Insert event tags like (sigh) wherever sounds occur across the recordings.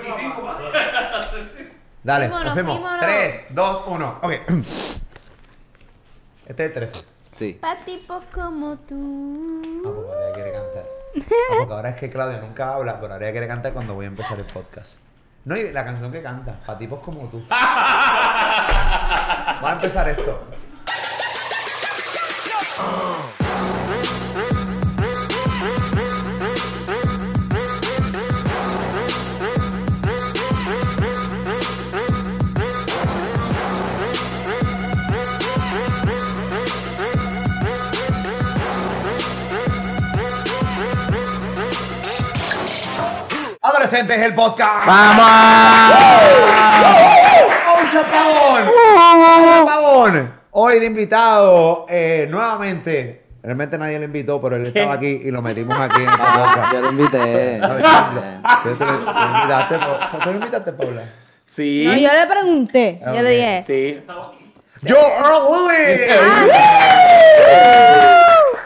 25. Dale, Vámonos, nos vemos. vámonos. 3, 2, 1. Ok. (clears throat) Este es el 13. Sí. Pa' tipos como Ah, tú. porque ahora quiere cantar. Ah, porque ahora es que Claudia nunca habla, pero ahora ya quiere cantar cuando voy a empezar el podcast. No, y la canción que canta, para tipos como tú. Vamos a empezar esto. Adolescentes, el podcast. ¡Un chapabón! ¡Un chapabón! Hoy de invitado, eh, nuevamente. Realmente nadie lo invitó, pero él estaba aquí y lo metimos aquí en la Yo boca. lo (laughs) invité. Sí, tú lo- tú lo invitaste, Pa- ¿Tú lo invitaste, Paula? Sí. No, yo le pregunté. Ah, Yo ok. le dije. Sí. ¡Yo, Earl Willis!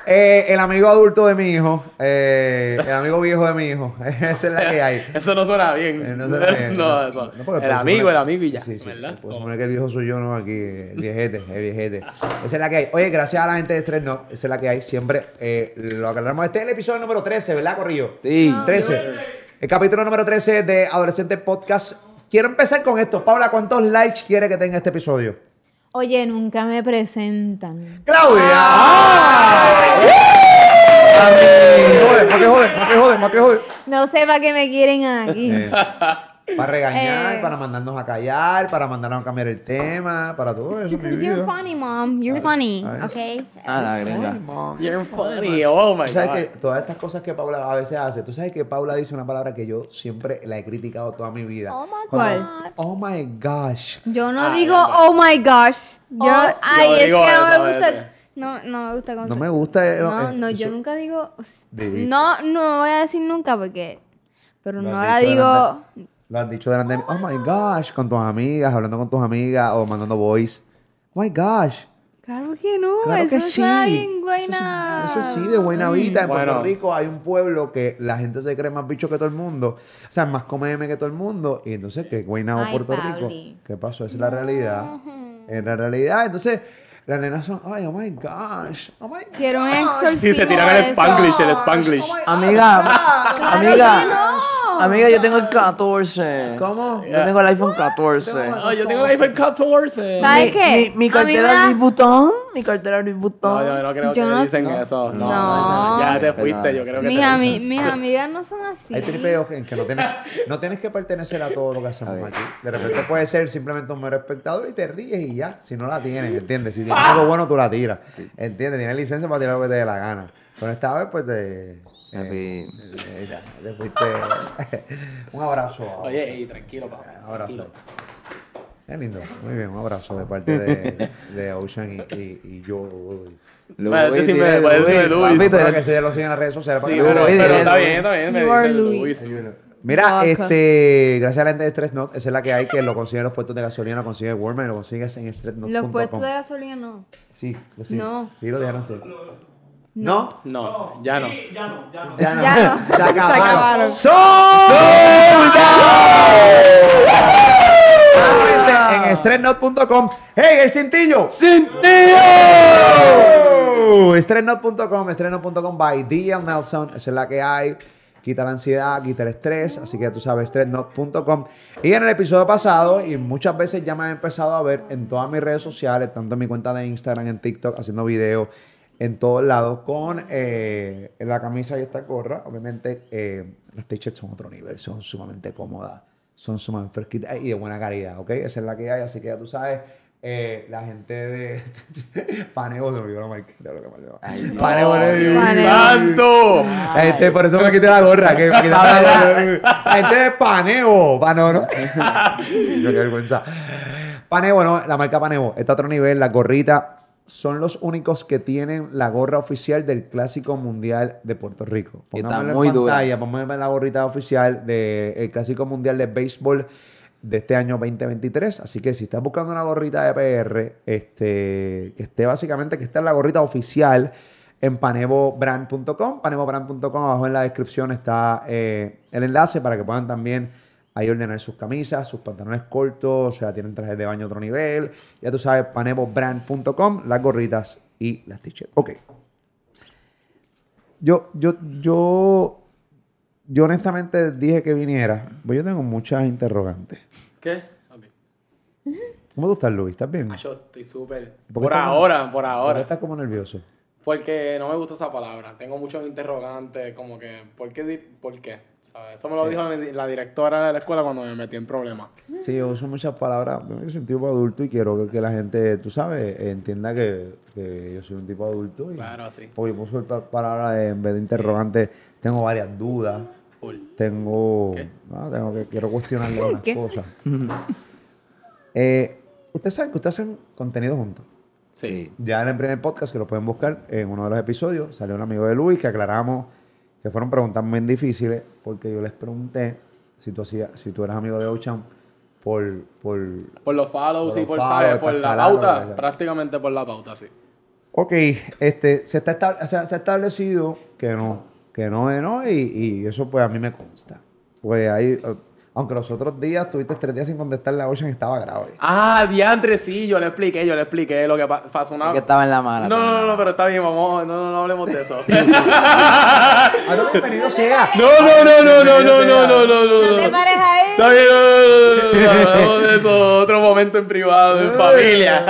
Eh, el amigo adulto de mi hijo, eh, el amigo viejo de mi hijo, (laughs) esa es la que hay. Eso no suena bien. Eh, No, se le- (laughs) No, eso- no, porque El puedo amigo, suponer- el amigo y ya. Sí, sí. ¿Verdad? Puedo suponer que el viejo soy yo, no, aquí, el viejete, el viejete. Esa es la que hay. Oye, gracias a la gente de Estrés, no, esa es la que hay. Siempre eh, lo aclaramos. Este es el episodio número 13, ¿verdad, Corrillo? Sí. 13. El capítulo número 13 de Adolescente Podcast. Quiero empezar con esto. Paula, ¿cuántos likes quiere que tenga este episodio? Oye, nunca me presentan. ¡Claudia! ¡Joder, más que joder, más que joder, más que joder! No sé para qué me quieren aquí. Para regañar, Eh. para mandarnos a callar, para mandarnos a cambiar el tema, para todo eso. mi Because you're vida. funny, mom. You're funny, ay. okay? Ah, la Ay, gringa. mom. You're funny. Oh my Tú sabes god. que todas estas cosas que Paula a veces hace, tú sabes que Paula dice una palabra que yo siempre la he criticado toda mi vida. Oh my Cuando- God. Oh my gosh. Yo no Ah, digo ya. oh my gosh. Yo, Oh, sí. ay, Yo es que digo no eso, me eso. gusta. No, no me gusta cómo eh, No se- me gusta. eh, No, eh, no, yo eso- nunca digo. Dijiste. No, no voy a decir nunca porque. Pero Lo no has la dicho digo. Lo has dicho delante de mí. Oh my gosh. Con tus amigas, hablando con tus amigas o mandando voice. Oh my gosh. Claro que no, Claro Pues, eso que no sí. suena bien Eso sí- buena. Eso, sí, de buena vista. En Puerto Bueno. Rico hay un pueblo que la gente se cree más bicho que todo el mundo. O sea, más comeme que todo el mundo. Y entonces, que Guaynabo, Ay, Puerto Rico. Pauli. ¿Qué pasó? Esa es la realidad. Es la realidad. Entonces, las nenas son, ay, oh my gosh. Oh my gosh. Quiero un exorcismo. Sí, se tiran el de spanglish, esos. el spanglish. Oh my gosh, Amiga, claro. Claro que amiga, Ah, no. amiga, yo tengo el 14. ¿Cómo? Yo tengo el iPhone 14. Ah, yo tengo el iPhone 14. ¿Sabes Mi- qué? Mi, mi A mí me cartera da- Louis Vuitton, mi cartera Louis Vuitton. No, yo no creo Yo que no- dicen eso. No. Ya te Perdón. fuiste, yo creo que Mis, te ami- fuiste. mis amigas no son así. Hay tripeos en que no tienes, no tienes que pertenecer a todo lo que hacemos aquí. De repente puedes ser simplemente un mero espectador y te ríes y ya. Si no la tienes, ¿entiendes? Si tienes algo bueno, tú la tiras. ¿Entiendes? Tienes licencia para tirar lo que te dé la gana. Con esta vez, pues te. eh, En fin. eh, ya, te fuiste. (laughs) un abrazo. Oye, ey, tranquilo, papá. Un tranquilo. abrazo. Qué lindo. Muy bien, un abrazo de parte de, de Ocean y, y, y yo. Bueno, tú sí me- dile puedes decirme Luis, Luis. papi, tú Espero que eres- se lo sigan en las redes sociales. para Sí, que lo pero, vean. Luis, pero dile está Luis. bien, está bien. me You are dicen Luis. Mira, Loca. este, gracias a la gente de Stress Not, esa es la que hay que lo consigue en los puestos de gasolina, lo consigue en Walmart, lo consigues en Los puestos stressnot.com. de gasolina no. Sí, lo sí. No. Sí, lo dejaron así. No. No, ya no. Ya no, ya no. Ya no. (laughs) Ya no. Se acabaron. Se acabaron. Solamente En stressnot.com. ¡Hey, el cintillo! ¡Sin Estrenos.com, estrenos.com by DL Nelson, esa es la que hay. Quita la ansiedad, quita el estrés, así que tú sabes, estrenos.com. Y en el episodio pasado, y muchas veces ya me han empezado a ver en todas mis redes sociales, tanto en mi cuenta de Instagram, en TikTok, haciendo videos en todos lados, con eh, la camisa y esta gorra. Obviamente, eh, las t-shirts son otro nivel, son sumamente cómodas, son sumamente fresquitas y de buena calidad, ¿ok? Esa es la que hay, así que ya tú sabes. eh, la gente de (laughs) Paneo se me olvidó la marca, de lo que me olvidó. Paneo, Paneo. Paneo. ¡Oh! ¡Santo! La gente, Este, por eso me quité la gorra. Que me quité la, gorra. (laughs) La gente de Paneo. Paneo, ¿no? (laughs) Yo, qué vergüenza. Paneo, ¿no? La marca Paneo. Está a otro nivel. La gorrita. Son los únicos que tienen la gorra oficial del Clásico Mundial de Puerto Rico. Y está Pongámosla en muy dura. pantalla, Pónganme la gorrita oficial del Clásico Mundial de Béisbol de este año 2023. Así que si estás buscando una gorrita de PR, este, que esté básicamente, que está en la gorrita oficial en panebobrand.com. Panebobrand.com, abajo en la descripción está eh, el enlace para que puedan también ahí ordenar sus camisas, sus pantalones cortos, o sea, tienen trajes de baño a otro nivel. Ya tú sabes, panebobrand.com, las gorritas y las t-shirts. Ok. Yo, yo, yo, yo honestamente dije que viniera, pues yo tengo muchas interrogantes. ¿Qué? Ok. ¿Cómo tú estás, Luis? ¿Estás bien? Ah, yo estoy súper. ¿Por qué Por, estás- ahora, por ¿Por qué ahora. estás como nervioso? Porque no me gusta esa palabra. Tengo muchos interrogantes, como que, ¿por qué? di- ¿Por qué? ¿Sabes? Eso me lo dijo la la directora de la escuela cuando me metí en problemas. Sí, yo uso muchas palabras. Yo soy un tipo adulto y quiero que, que la gente, tú sabes, entienda que, que yo soy un tipo adulto. Y, Claro, así. Oye, puedo usar palabras de- en vez de interrogante. Tengo varias dudas. Full. Tengo. ¿Qué? no, tengo que quiero cuestionarle (laughs) unas ¿Qué? cosas. Eh, ustedes saben que ustedes hacen contenido juntos. Sí. Ya en el primer podcast, que lo pueden buscar en uno de los episodios, salió un amigo de Luis que aclaramos que fueron preguntas muy difíciles porque yo les pregunté si tú, hacías, si tú eras amigo de Ocean por, por... Por los follows Por los y follows, por, ¿sabes? Por la escalado, pauta. ¿verdad? Prácticamente por la pauta, sí. Ok, este, se, está esta- o sea, se ha establecido que no, que no es no y, y eso pues a mí me consta. Pues ahí, eh, aunque los otros días tuviste tres días sin contestarle a Ocean, estaba grave. Ah, diantre, sí, yo le expliqué, yo le expliqué lo que pa- pasó una... Que estaba en la mala. No, no, no, (laughs) pero está bien, vamos, no, no, no hablemos de eso. no, Ah, no, bienvenido sea. no, no, no, no, no, no, no, no, no. No te pares ahí. Está bien, no, no, no, no, no, no, hablamos de eso otro momento en privado, en familia.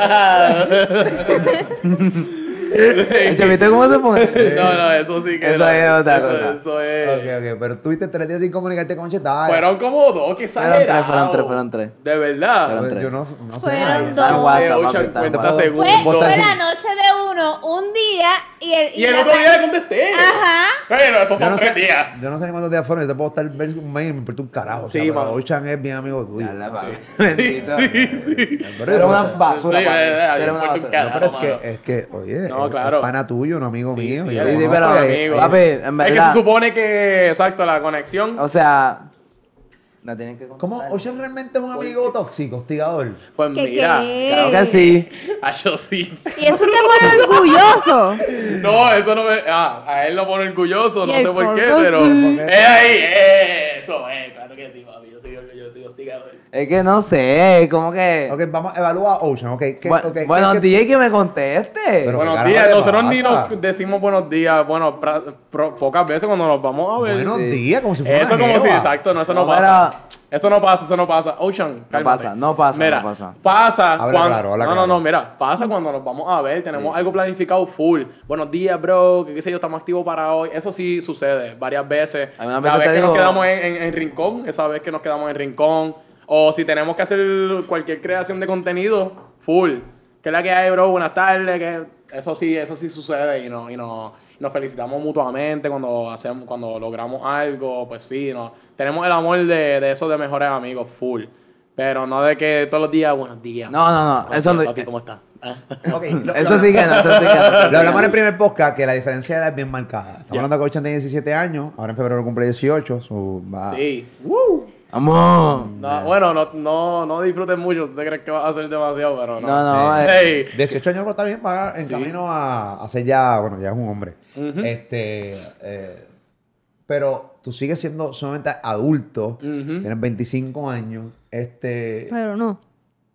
Che, ¿Viste cómo se pone? (laughs) no, no, eso sí que Eso no. es otra eso, cosa. eso es... Ok, ok, pero tuviste tres días sin comunicarte con Ocean, estaba- Fueron como dos, que Fueron tres, exagerado. fueron tres, fueron tres. De verdad. Fueron tres. Yo no, no sé. Fueron Ay, dos. Esa Está en WhatsApp, de papi, Ocean está en cuenta WhatsApp. Fue, segundos. fue la noche de uno, un día y el, Y el otro la- día le contesté. Ajá. Pero esos Yo son no, tres sé, días. yo no sé ni cuántos días fueron, yo te puedo estar ver un mail y me importa un carajo. O sea, Sí, pero mano. Ochan es bien amigo tuyo. Ya la Pero- papi. Bendito. pero- Era una basura, Sí, papi. eh, eh, Era una por tu basura. cara. No, pero es mano. que, es que, oye, No, es- claro. es pana tuyo, un amigo Sí, mío. sí, yo sí, lo sí, conozco, pero, eh, amigo. eh, Papi, en Es que se verdad. supone que, exacto, la conexión. O sea, la tienen que ¿Cómo? contestar. Ocean realmente es un amigo tóxico, hostigador. Pues ¿Qué, mira, (laughs) qué? Claro que sí. a yo sí. Y eso te pone orgulloso. No, eso no me. Ah, a él lo pone orgulloso, Y no el sé por qué, gordo pero. sí. Es ahí, eh, eso es, claro que sí, papi. Yo soy orgulloso, yo soy hostigador. Es que no sé, como que. Ok, vamos a evaluar a Ocean, ok. ¿qué- Bu- ok, bueno, qué- qué- DJ, que me conteste. Pero- Buenos carajo días, le nosotros ni pasa? nos decimos buenos días, bueno, pra- pro- pocas veces cuando nos vamos a ver. Buenos sí. días, como si fuera Eso una como si, jeva. exacto, no, eso no, No, pasa. Eso no pasa, eso no pasa. Ocean, cálmate. pasa, no pasa, Mira, no pasa. pasa Habla cuando... claro, habla no, claro. no, no, mira, pasa cuando nos vamos a ver, tenemos algo planificado full. Buenos días, bro, que qué sé yo, estamos activos para hoy. Eso sí sucede varias veces. Algunas La veces vez te que nos digo- quedamos en, en- en Rincón, esa vez que nos quedamos en Rincón. O si tenemos que hacer cualquier creación de contenido, full. Que es la que hay, bro, buenas tardes, que... Eso sí, eso sí sucede y, no, y no, y nos felicitamos mutuamente cuando hacemos, cuando logramos algo, pues sí, no, tenemos el amor de, de esos de mejores amigos, full. Pero no de que todos los días, buenos días. No, no, no. Buenos Eso, no- eh, días, papi, ¿cómo estás? Ah. Ok, lo- (laughs) eso sí que no, eso sí que no. eso sí que Lo hablamos en no. el primer podcast que la diferencia de edad es bien marcada. Estamos Ya. hablando que Ocean tiene 17 años, ahora en febrero cumple 18. su- va- Sí. Mm, Woo. Vamos. No, bueno, no, no, no disfrutes mucho, tú te crees que vas a hacer demasiado, pero no. No, no. eh, Hey. 18 años pero está bien para en Sí. camino a, a ser ya, bueno, ya es un hombre. Ujú. Este, eh, pero tú sigues siendo solamente adulto, eh, Ujú. tienes 25 años, este, Pero no.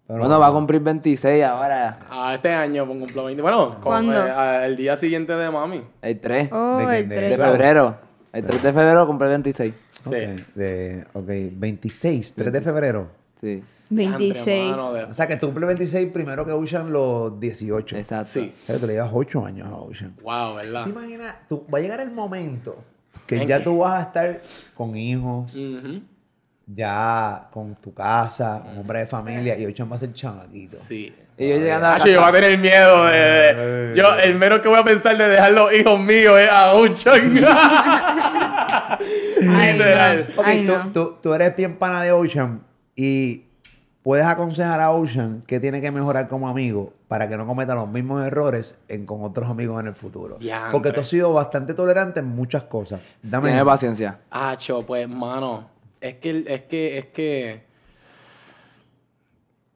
pero- Bueno, va a cumplir 26 ahora. Ah, este año pongo un 20. Bueno, con, ¿Cuándo? eh, ah, el día siguiente de mami. El 3 Oh, ¿De el qué? de ¿De tres. claro. febrero. El 3 de febrero cumple 26. Sí. ok, de- ok, 26, 3 de febrero. Sí. Entre 26. mano de- O sea, que tú cumples 26 primero que Ocean los 18. Exacto. Sí. O sea, tú le llevas 8 años a Ocean. Wow, ¿verdad? ¿Te imaginas? Tú, va a llegar el momento que Ah. ¿En ya qué? tú vas a estar con hijos, Ujú. ya con tu casa, un hombre de familia, y Ocean va a ser chamaquito. Sí. Y yo llegando a la Nacho, Ah, yo voy a casa. tener miedo de, de- Yo, el menos que voy a pensar de dejar los hijos míos es a un (laughs) Ay, Literal. no. Ok, Ay, tú, no. tú- tú eres bien pana de Ocean y puedes aconsejar a Ocean que tiene que mejorar como amigo para que no cometa los mismos errores en- con otros amigos en el futuro. Diantre. Porque tú has sido bastante tolerante en muchas cosas. Dame. Tiene paciencia. Acho, pues, mano. Es que, el- es que, es que.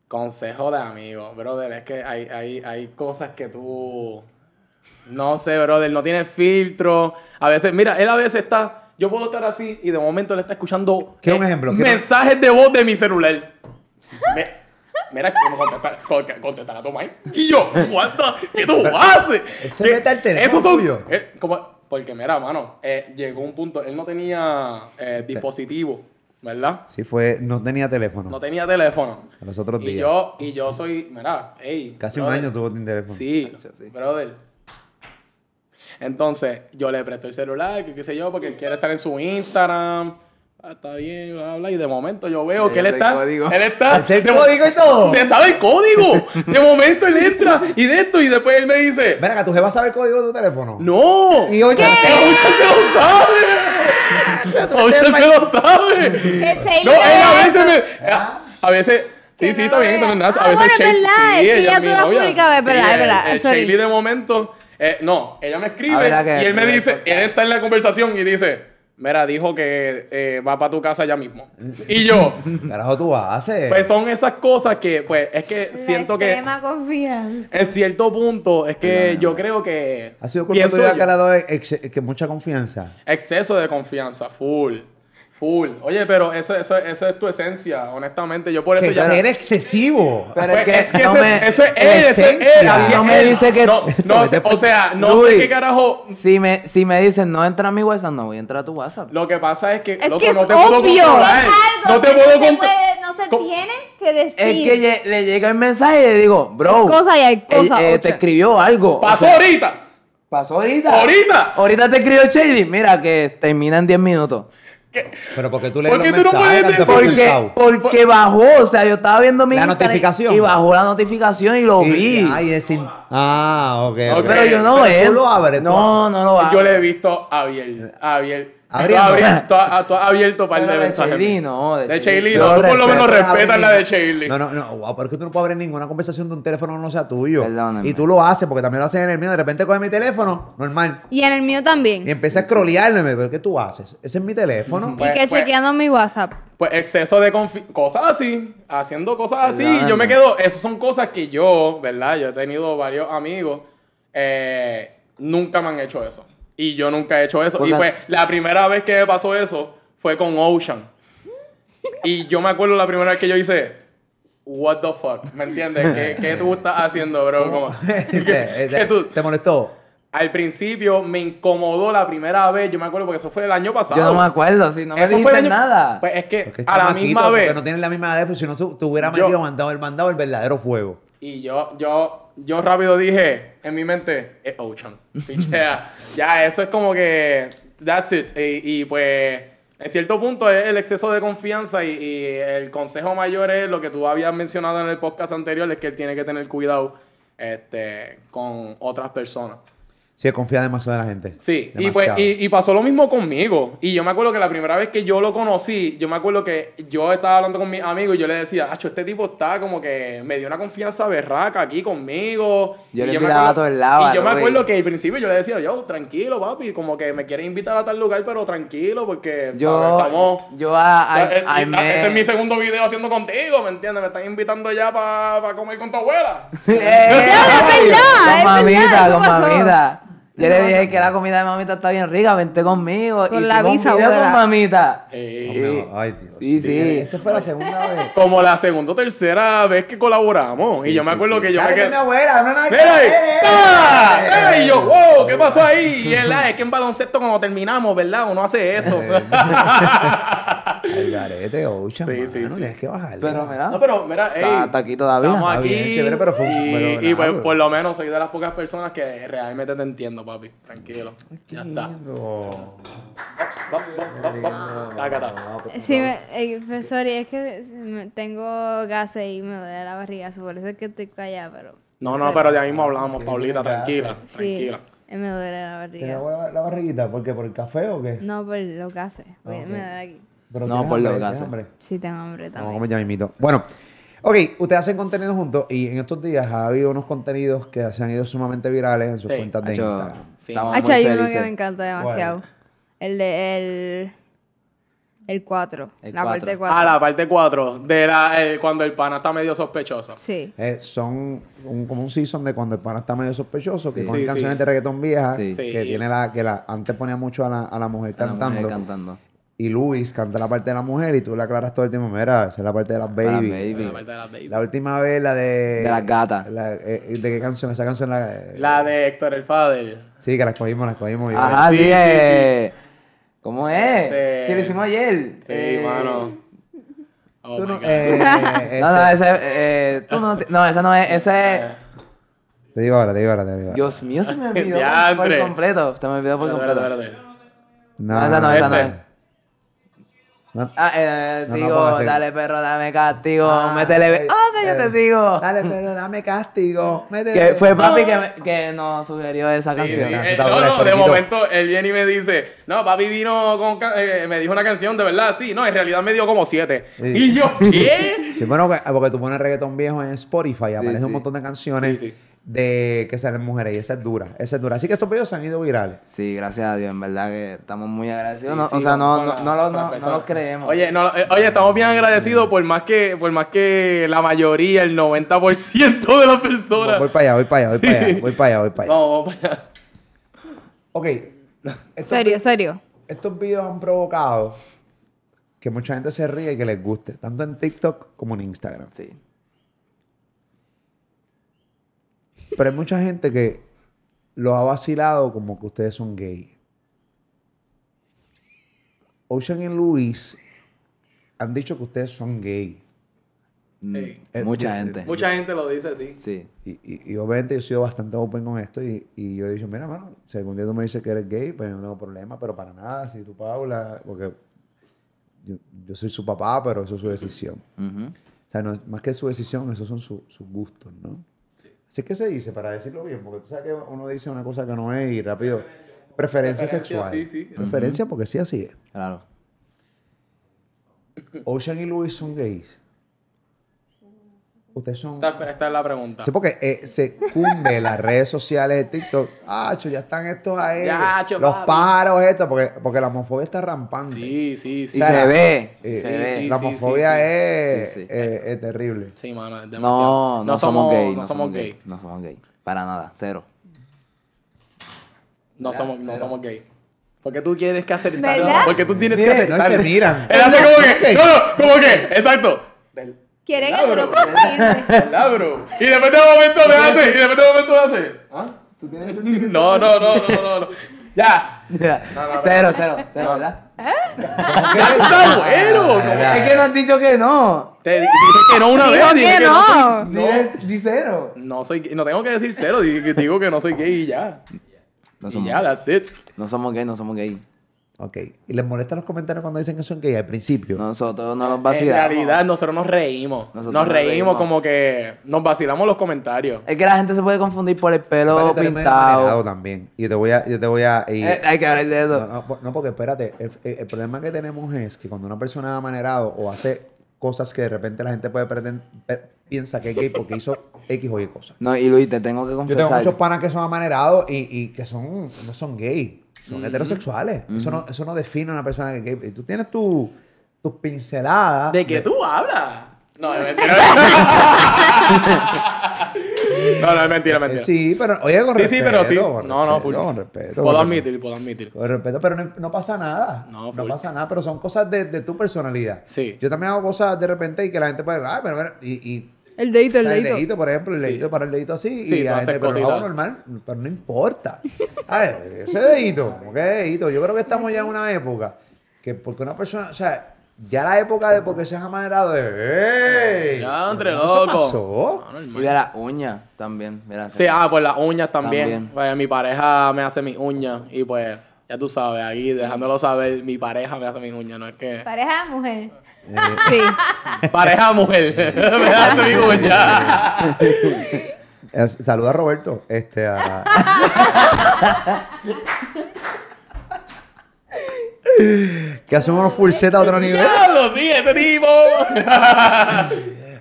Consejo de amigo, brother. Es que hay, hay, hay cosas que tú. No sé, brother. No tienes filtro. A veces, mira, él a veces está. Yo puedo estar así y de momento le está escuchando ¿Qué es un ejemplo? ¿Qué- mensajes de voz de (laughs) mi celular. Me- mira, ¿cómo contestar, con- contestar a tu maíz? Y yo, ¿cuánto? ¿Qué tú haces? Él se ¿Qué- mete al teléfono esos son- tuyo. eh, como- porque mira, mano, eh, llegó un punto, él no tenía eh, dispositivo, ¿verdad? Sí, fue. No tenía teléfono. No tenía teléfono. A los otros Y días. yo, y yo soy, mira, ey. Casi un brother. año tuvo sin teléfono. Sí, Hacho, sí. brother. Entonces, yo le presto el celular, que qué sé yo, porque él quiere estar en su Instagram. Ah, está bien, bla, bla. Y de momento yo veo Ya, que él ya sé el está. código. Él está. ¿Se de- código y todo? Se sabe el código. De momento él entra y de esto, y después él me dice: Ven acá, ¿tu jeva sabe el código de tu teléfono? ¡No! Y oye, ¡Ocha se lo sabe! ¡Ocha se lo sabe! El Sailor No, ella a es- veces me. Ah. A, a veces. Sí, Que sí, no está lo bien, eso no es vea. nada. Ah, A veces bueno, es Shaylee- verdad, sí, es que ella ya mi tú lo has novia. publicado, es Sí, verdad, es eh, verdad, eh, sorry. Shaylee de momento. eh, no, ella me Ah, escribe verdad que- y él me que- dice, él está en la conversación y dice: Mira, dijo que eh, va para tu casa ya mismo. Y yo, Carajo, tú haces. pues son esas cosas que, pues, es que La siento que. Eh, extrema confianza. En cierto punto, es que yo creo que. ha sido culpa pienso tuya yo- que le ha dado ex- que mucha confianza. Exceso de confianza, full. Full. Oye, pero esa eso, eso es tu esencia, honestamente. Yo por eso Que ya. ser excesivo. Pero Pues, es que, es que no ese- me- eso es él, eso es él. esencia. así No es me él. dice que- No, no, Vete o sea, no sé Luis. qué carajo. Si me, si me dicen no entra a mi WhatsApp, no voy a entrar a tu WhatsApp. Lo que pasa es que. Es loco, que es no te puedo obvio. controlar. eh. Es algo No te que puedo no se controlar. puede, no se Co- tiene que decir. Es que lle- le llega el mensaje y le digo, bro. Hay cosas y hay cosas, eh, eh, te Ocha. escribió algo. o Pasó sea, ahorita. pasó ahorita. Ahorita. Ahorita te escribió Shady. Mira que termina en 10 minutos. Pero porque tú lees ¿Por qué los tú no mensajes puedes tan decir- Porque, resultado. porque bajó. O sea, yo estaba viendo mi La Instagram notificación. Y bajó la notificación y lo Y- vi. Ay, decir. Ah, ok. Oh, Ok. ok. pero yo no Pero tú entro. lo abres, tú No, no lo abro. Yo le he visto a Abiel. A Abiel. Abriendo. Tú abri- Tú has tú has abierto par Pero de de mensajes. Shaylee, no, de De Shaylee. Shaylee, no. Yo Tú por lo menos respeto respetas la de Shaylee. No, no, no, wow, pero es que tú no puedes abrir ninguna conversación de un teléfono que no sea tuyo. Perdónenme. Y tú lo haces, porque también lo haces en el mío. De repente coge mi teléfono, normal. Y en el mío Y también. empieza a scrollearme, pero ¿qué tú haces? Ese es mi teléfono. Y Pues- que pues- chequeando mi WhatsApp. Pues exceso de confianza, cosas así, haciendo cosas así. Claro. y yo me quedo, esas son cosas que yo, ¿verdad? Yo he tenido varios amigos, eh, nunca me han hecho eso. Y yo nunca he hecho eso. Porque- Y pues la primera vez que me pasó eso fue con Ocean. Y yo me acuerdo la primera vez que yo hice, what the fuck, ¿me entiendes? ¿Qué, qué tú estás haciendo, (laughs) bro? Como- (laughs) Este, (laughs) ¿Qué- este, qué tú- ¿Te molestó? Al principio me incomodó la primera vez, yo me acuerdo porque eso fue el año pasado. Yo no me acuerdo. Si no me Eso fue el dijiste año- nada. Pues es que Porque es a la chamaquito, misma porque vez. no tienen la misma edad, pues si no tú tú hubieras Yo- metido mandado el mandado el verdadero fuego. Y yo, yo, yo rápido dije en mi mente, es Ocean. Pichea. ya, eso es como que, that's it. Y, y, pues, en cierto punto es el exceso de confianza y, y el consejo mayor es lo que tú habías mencionado en el podcast anterior, es que él tiene que tener cuidado este, con otras personas. Sí, confía demasiado en la gente. Sí, y, pues, Demasiado. y, y pasó lo mismo conmigo. Y yo me acuerdo que la primera vez que yo lo conocí, yo me acuerdo que yo estaba hablando con mis amigos y yo le decía, Acho, este tipo está como que me dio una confianza berraca aquí conmigo. Yo Y le me acuerdo- tiraba a todos lados, Y yo me Luis. acuerdo que al principio yo le decía, yo, tranquilo, papi, como que me quiere invitar a tal lugar, pero tranquilo, porque ¿sabes? estamos. Yo, yo a, a, O sea, eh, a- eh, me- Este es mi segundo video haciendo contigo, ¿me entiendes? Me están invitando ya para comer con tu (laughs) abuela. ¡Eh! verdad, es Con verdad, mamita, ¿qué con pasó? mamita. Yo le No, dije no. que la comida de mamita está bien rica, vente conmigo. Con Hicimos la un visa, video ahora. con mamita. Eh, Oh, Hombre, Ay, Dios. Sí, sí. Esta fue la segunda vez. Como la segunda o tercera vez que colaboramos. y yo me acuerdo que (laughs) yo me Dale que quedé. mi abuela, no, no, no, (laughs) ¡Mira ahí! eh, eh, eh, ¡Ah! eh, ¡Eh! Y yo, wow, ¿qué pasó ahí? (laughs) Y él, ah, es que en baloncesto cuando terminamos, ¿verdad? Uno hace eso. Eh, Al garete, Ocean, Sí, mano, sí, sí. tienes que bajarle. Pero mira, (laughs) No, pero mira, ey, está, está aquí todavía. estamos está aquí. bien, chévere, pero fue un- pero y, y nada, pues, pero- por lo menos soy de las pocas personas que realmente te entiendo, papi. Tranquilo. Qué Ya está. lindo. Bop, bop, bop, Ah. bop. Taca, taca. Sí, me, eh, pues, sorry, es que me- tengo gases y me duele la barriga, so por eso es que estoy callada, pero No, no, pero ya mismo hablamos, Paulita, tranquila, sí, tranquila. eh, me duele la ¿Te da barriga. la, la barriguita? ¿Por qué? ¿Por el café o qué? No, por los gases, oye, Ok. me duele aquí. Pero No, tienes por hambre, los tienes gases. hambre. Sí, tengo hambre Vamos a también. comer ya mismito. Bueno, ok, ustedes hacen contenido juntos y en estos días ha habido unos contenidos que se han ido sumamente virales en sus Sí. cuentas de Hacho, Instagram. Ah, Sí. estamos Hacho, muy hay uno que felices. me encanta demasiado. El de el El 4. El La parte cuatro. 4. Ah, la parte 4, de la, el- cuando el pana está medio sospechoso. Sí. Eh, son un- como un season de cuando el pana está medio sospechoso, que Sí. ponen Sí, canciones sí. de reggaetón vieja, Sí. Sí. que tiene la, que la, antes ponía mucho a la, a la mujer La mujer cantando. cantando. Y Luis canta la parte de la mujer y tú le aclaras todo el tiempo, mira, esa es la parte de las Para Ah, baby. Ah, baby. Esa es La parte de la baby. La última vez, la de. De las gatas. la- eh, ¿De qué canción? Esa canción la. La de Héctor el Fader. Sí, que la escogimos, la escogimos. yo. Ajá, Sí, sí, sí, eh. ¿Cómo es? Este- ¿Qué le hicimos ayer? Sí, Eh, mano. Oh Tú my no- God. eh, este, (laughs) No, no, ese, eh, tú no, ti- no, esa no es, ese Ah. es, Te digo ahora, te digo ahora, te digo ahora. Dios mío, (laughs) se me olvidó Diantre. por completo, se me olvidó por Espérate, completo. espérate, espérate. No, esa no, esa no es. este. No. Ah, eh, No, no, digo, póngase. dale perro, dame castigo, Ah, métele, eh, ah, que yo eh, te sigo. Dale, pero dame castigo. métele. Que fue papi que, me- que nos sugirió esa Sí, sí, canción. eh, Está no, dura, no, de Jorgito. momento él viene y me dice, no, papi vino con, ca- eh, me dijo una canción, de verdad, sí, no, en realidad me dio como siete. Sí. Y yo, (laughs) ¿qué? Sí, bueno, que- porque tú pones reggaetón viejo en Spotify, aparecen un sí. montón de canciones Sí, sí. de que salen mujeres y esa es dura, esa es dura. Así que estos videos se han ido virales. Sí, gracias a Dios, en verdad que estamos muy agradecidos. Sí, no- sí, o sea, no, con no, la- no, con lo- las no, no personas. lo creemos. Oye, no, eh, oye, estamos bien agradecidos por más que, por más que la mayoría, el 90% de las Voy, personas. para allá, voy para allá, voy Sí. para allá, voy para allá, voy para allá. No, pues, para- Ok. Estos Serio, vi- serio. Estos videos han provocado que mucha gente se ríe y que les guste, tanto en TikTok como en Instagram. Sí. Pero hay mucha gente que lo ha vacilado como que ustedes son gay. Ocean y Luis han dicho que ustedes son gay. Mm, Sí. Eh, Mucha eh, gente. mucha gente lo dice así. Sí. Y, y- y obviamente yo he sido bastante open con esto y, y yo he dicho, mira, mano, si algún día tú me dices que eres gay, pues yo no tengo problema, pero para nada, si tú, Paula, porque yo, yo soy su papá, pero eso es su decisión. Ujú. O sea, no- más que su decisión, esos son su- sus gustos, ¿no? Sí. Así que se dice, para decirlo bien, porque tú sabes que uno dice una cosa que no es y rápido. Preferencia, Preferencia, sexual. sí, sí. Preferencia porque sí, así es. Claro. Ocean y Luis son gays. Ustedes son. Esta, esta es la pregunta. Sí, porque eh, se cumbe las redes sociales de TikTok. Ah, cho, ya están estos ahí. Ya, cho, los papi. pájaros, estos, porque, porque la homofobia está rampante. Sí, sí, Y sí. sea, se ve, Eh, se sí, ve. sí. la homofobia sí. es, Sí, sí. eh, es terrible. Sí, mano, es demasiado. No, no, somos gay. No somos gay. gay. No somos gay. Para nada, cero. No somos, no somos gay. Porque tú tienes que acertar. ¿Verdad? Porque tú tienes que Miren, No, y se acertar. (laughs) miran. Él hace como Ok. que, no, no, como que, exacto. Del- ¿Quieren que Claro, tú lo (laughs) bro. confirmes? ¿Verdad, bro? Y de repente de momento me hace, y de repente de momento me hace. ¿Ah? ¿Tú tienes No, no, no, no, no, no. Ya. no, no. cero, cero, cero, ¿verdad? Ya está bueno. Ya. Es que no han dicho que no. Te di- dije que no una Dijo vez. dije que no. Dile- Di cero. No soy gay. No tengo que decir cero. di- que Digo que no soy gay y ya. No y somos, ya, that's it. no somos gay, no somos gay. Ok. ¿Y les molestan los comentarios cuando dicen que son gay al principio? Nosotros no nos En vacilamos. realidad, nosotros nos reímos. Nosotros nos nos reímos, reímos. como que nos vacilamos los comentarios. Es que la gente se puede confundir por el pelo Vale, tú eres medio manejado pintado. también. Y yo te voy a. Yo te voy a y- Eh, hay que hablar de eso. no, no, po- no, porque espérate. El, el- el problema que tenemos es que cuando una persona es amanerado o hace cosas que de repente la gente puede pretender, piensa que es gay porque hizo X o Y cosas. No, y Luis, te tengo que Yo tengo confesar. muchos panas que son amanerados y, y que son, no son gay, son Mm-hmm. heterosexuales. Eso, no, eso no define a una persona que es gay. Y tú tienes tu- tus pinceladas. ¿De qué tú hablas? (laughs) No, es mentira. no, no, es mentira, es Eh, mentira. Sí, pero oye, con Sí, sí, respeto. pero sí. con No, no, respeto, full. Con respeto. con puedo respeto. admitir, puedo admitir. Con respeto, pero no, no pasa nada. No, No, full. pasa nada, pero son cosas de, de tu personalidad. Sí. Yo también hago cosas de repente y que la gente puede, ay, pero, pero, y, y El dedito, o el sea, el dedito. dedito, por ejemplo, el Sí. dedito para el dedito así, Sí, y tú la haces gente, pero lo cositas. hago normal, pero no importa. (laughs) A ver, ese dedito, ¿cómo que dedito? Yo creo que estamos ya en una época que porque una persona, o sea, ya la época de porque seas amanerado de, ¡ey! Ya, entre ¿Cómo eso loco. pasó? No, Y normal. de las uñas también. de las- Sí, ah, pues las uñas también. También. Pues, mi pareja me hace mis uñas y pues, ya tú sabes, ahí dejándolo saber, mi pareja me hace mis uñas, no es que... Pareja de mujer. Eh. Sí. (laughs) Pareja mujer, (laughs) me hace mis (laughs) uñas. Eh, saluda a Roberto. Este, a- (laughs) que hacen unos full set a otro nivel. ¡Diablo, sí, ese tipo!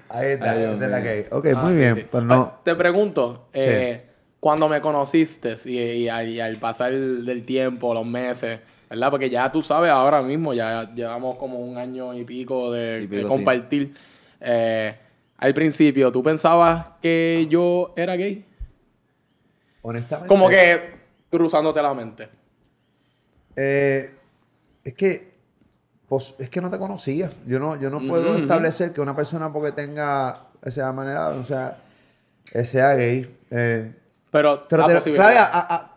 Ahí está, Ay, Dios esa es la mío. que hay. Ok, Ah, muy sí, bien. sí. Pues no. Te pregunto, eh, cuando me conociste y, y al, y al pasar del tiempo, los meses, ¿Verdad? Porque ya tú sabes, ahora mismo ya llevamos como un año y pico de, Y de pico, sí. compartir. Eh, al principio, ¿tú pensabas que yo era gay? Honestamente. Como que cruzándote la mente. Eh, es que. Pues, es que no te conocía. Yo no, yo no puedo Ujú, ujú. establecer que una persona porque tenga esa manera, o sea, eh, sea gay. eh, Pero, pero la te- Ah, posibilidad- Claudia, a- a-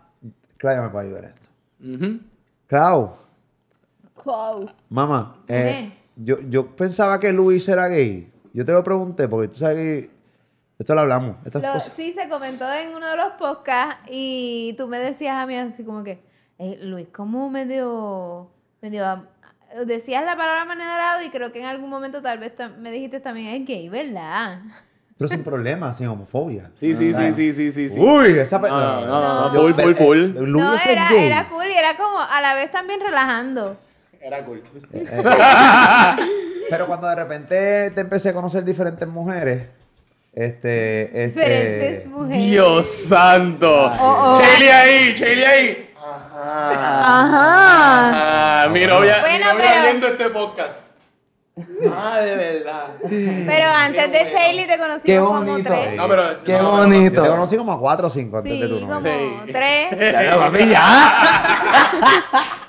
Claudia me puede ayudar en esto. Ujú. Clau, Wow. mamá, eh, yo, yo pensaba que Luis era gay. Yo te lo pregunté porque tú sabes que esto lo hablamos. Estas Lo- cosas. sí, se comentó en uno de los podcasts y tú me decías a mí así como que, "Eh, Luis, ¿cómo medio, medio, am- decías la palabra manerado y creo que en algún momento tal vez tam- me dijiste también es gay, ¿verdad? Pero sin problema, sin homofobia. Sí, sí, Ah. sí, sí, sí, sí, Uh. sí. Uy, esa pe- No, no, no, no, yo- full, full, eh, full. eh, Luis no, es era, gay. era cool y era como a la vez también relajando. Era cool. Pero cuando de repente te empecé a conocer diferentes mujeres, este, este Diferentes mujeres. Dios santo. Oh, oh. Chely ahí, Chely ahí. Ajá. Ah. Ajá. Ah, mi novia, Bueno, mi novia pero- viendo este podcast. Ah, de verdad. Pero antes de Shaley te conocimos Qué como bonito. tres. No, pero- Qué no, no, no, Yo te bonito. conocí como a cuatro o cinco antes de Sí, tu novia. como Sí. tres. Ya, ya, papi, ya. (laughs)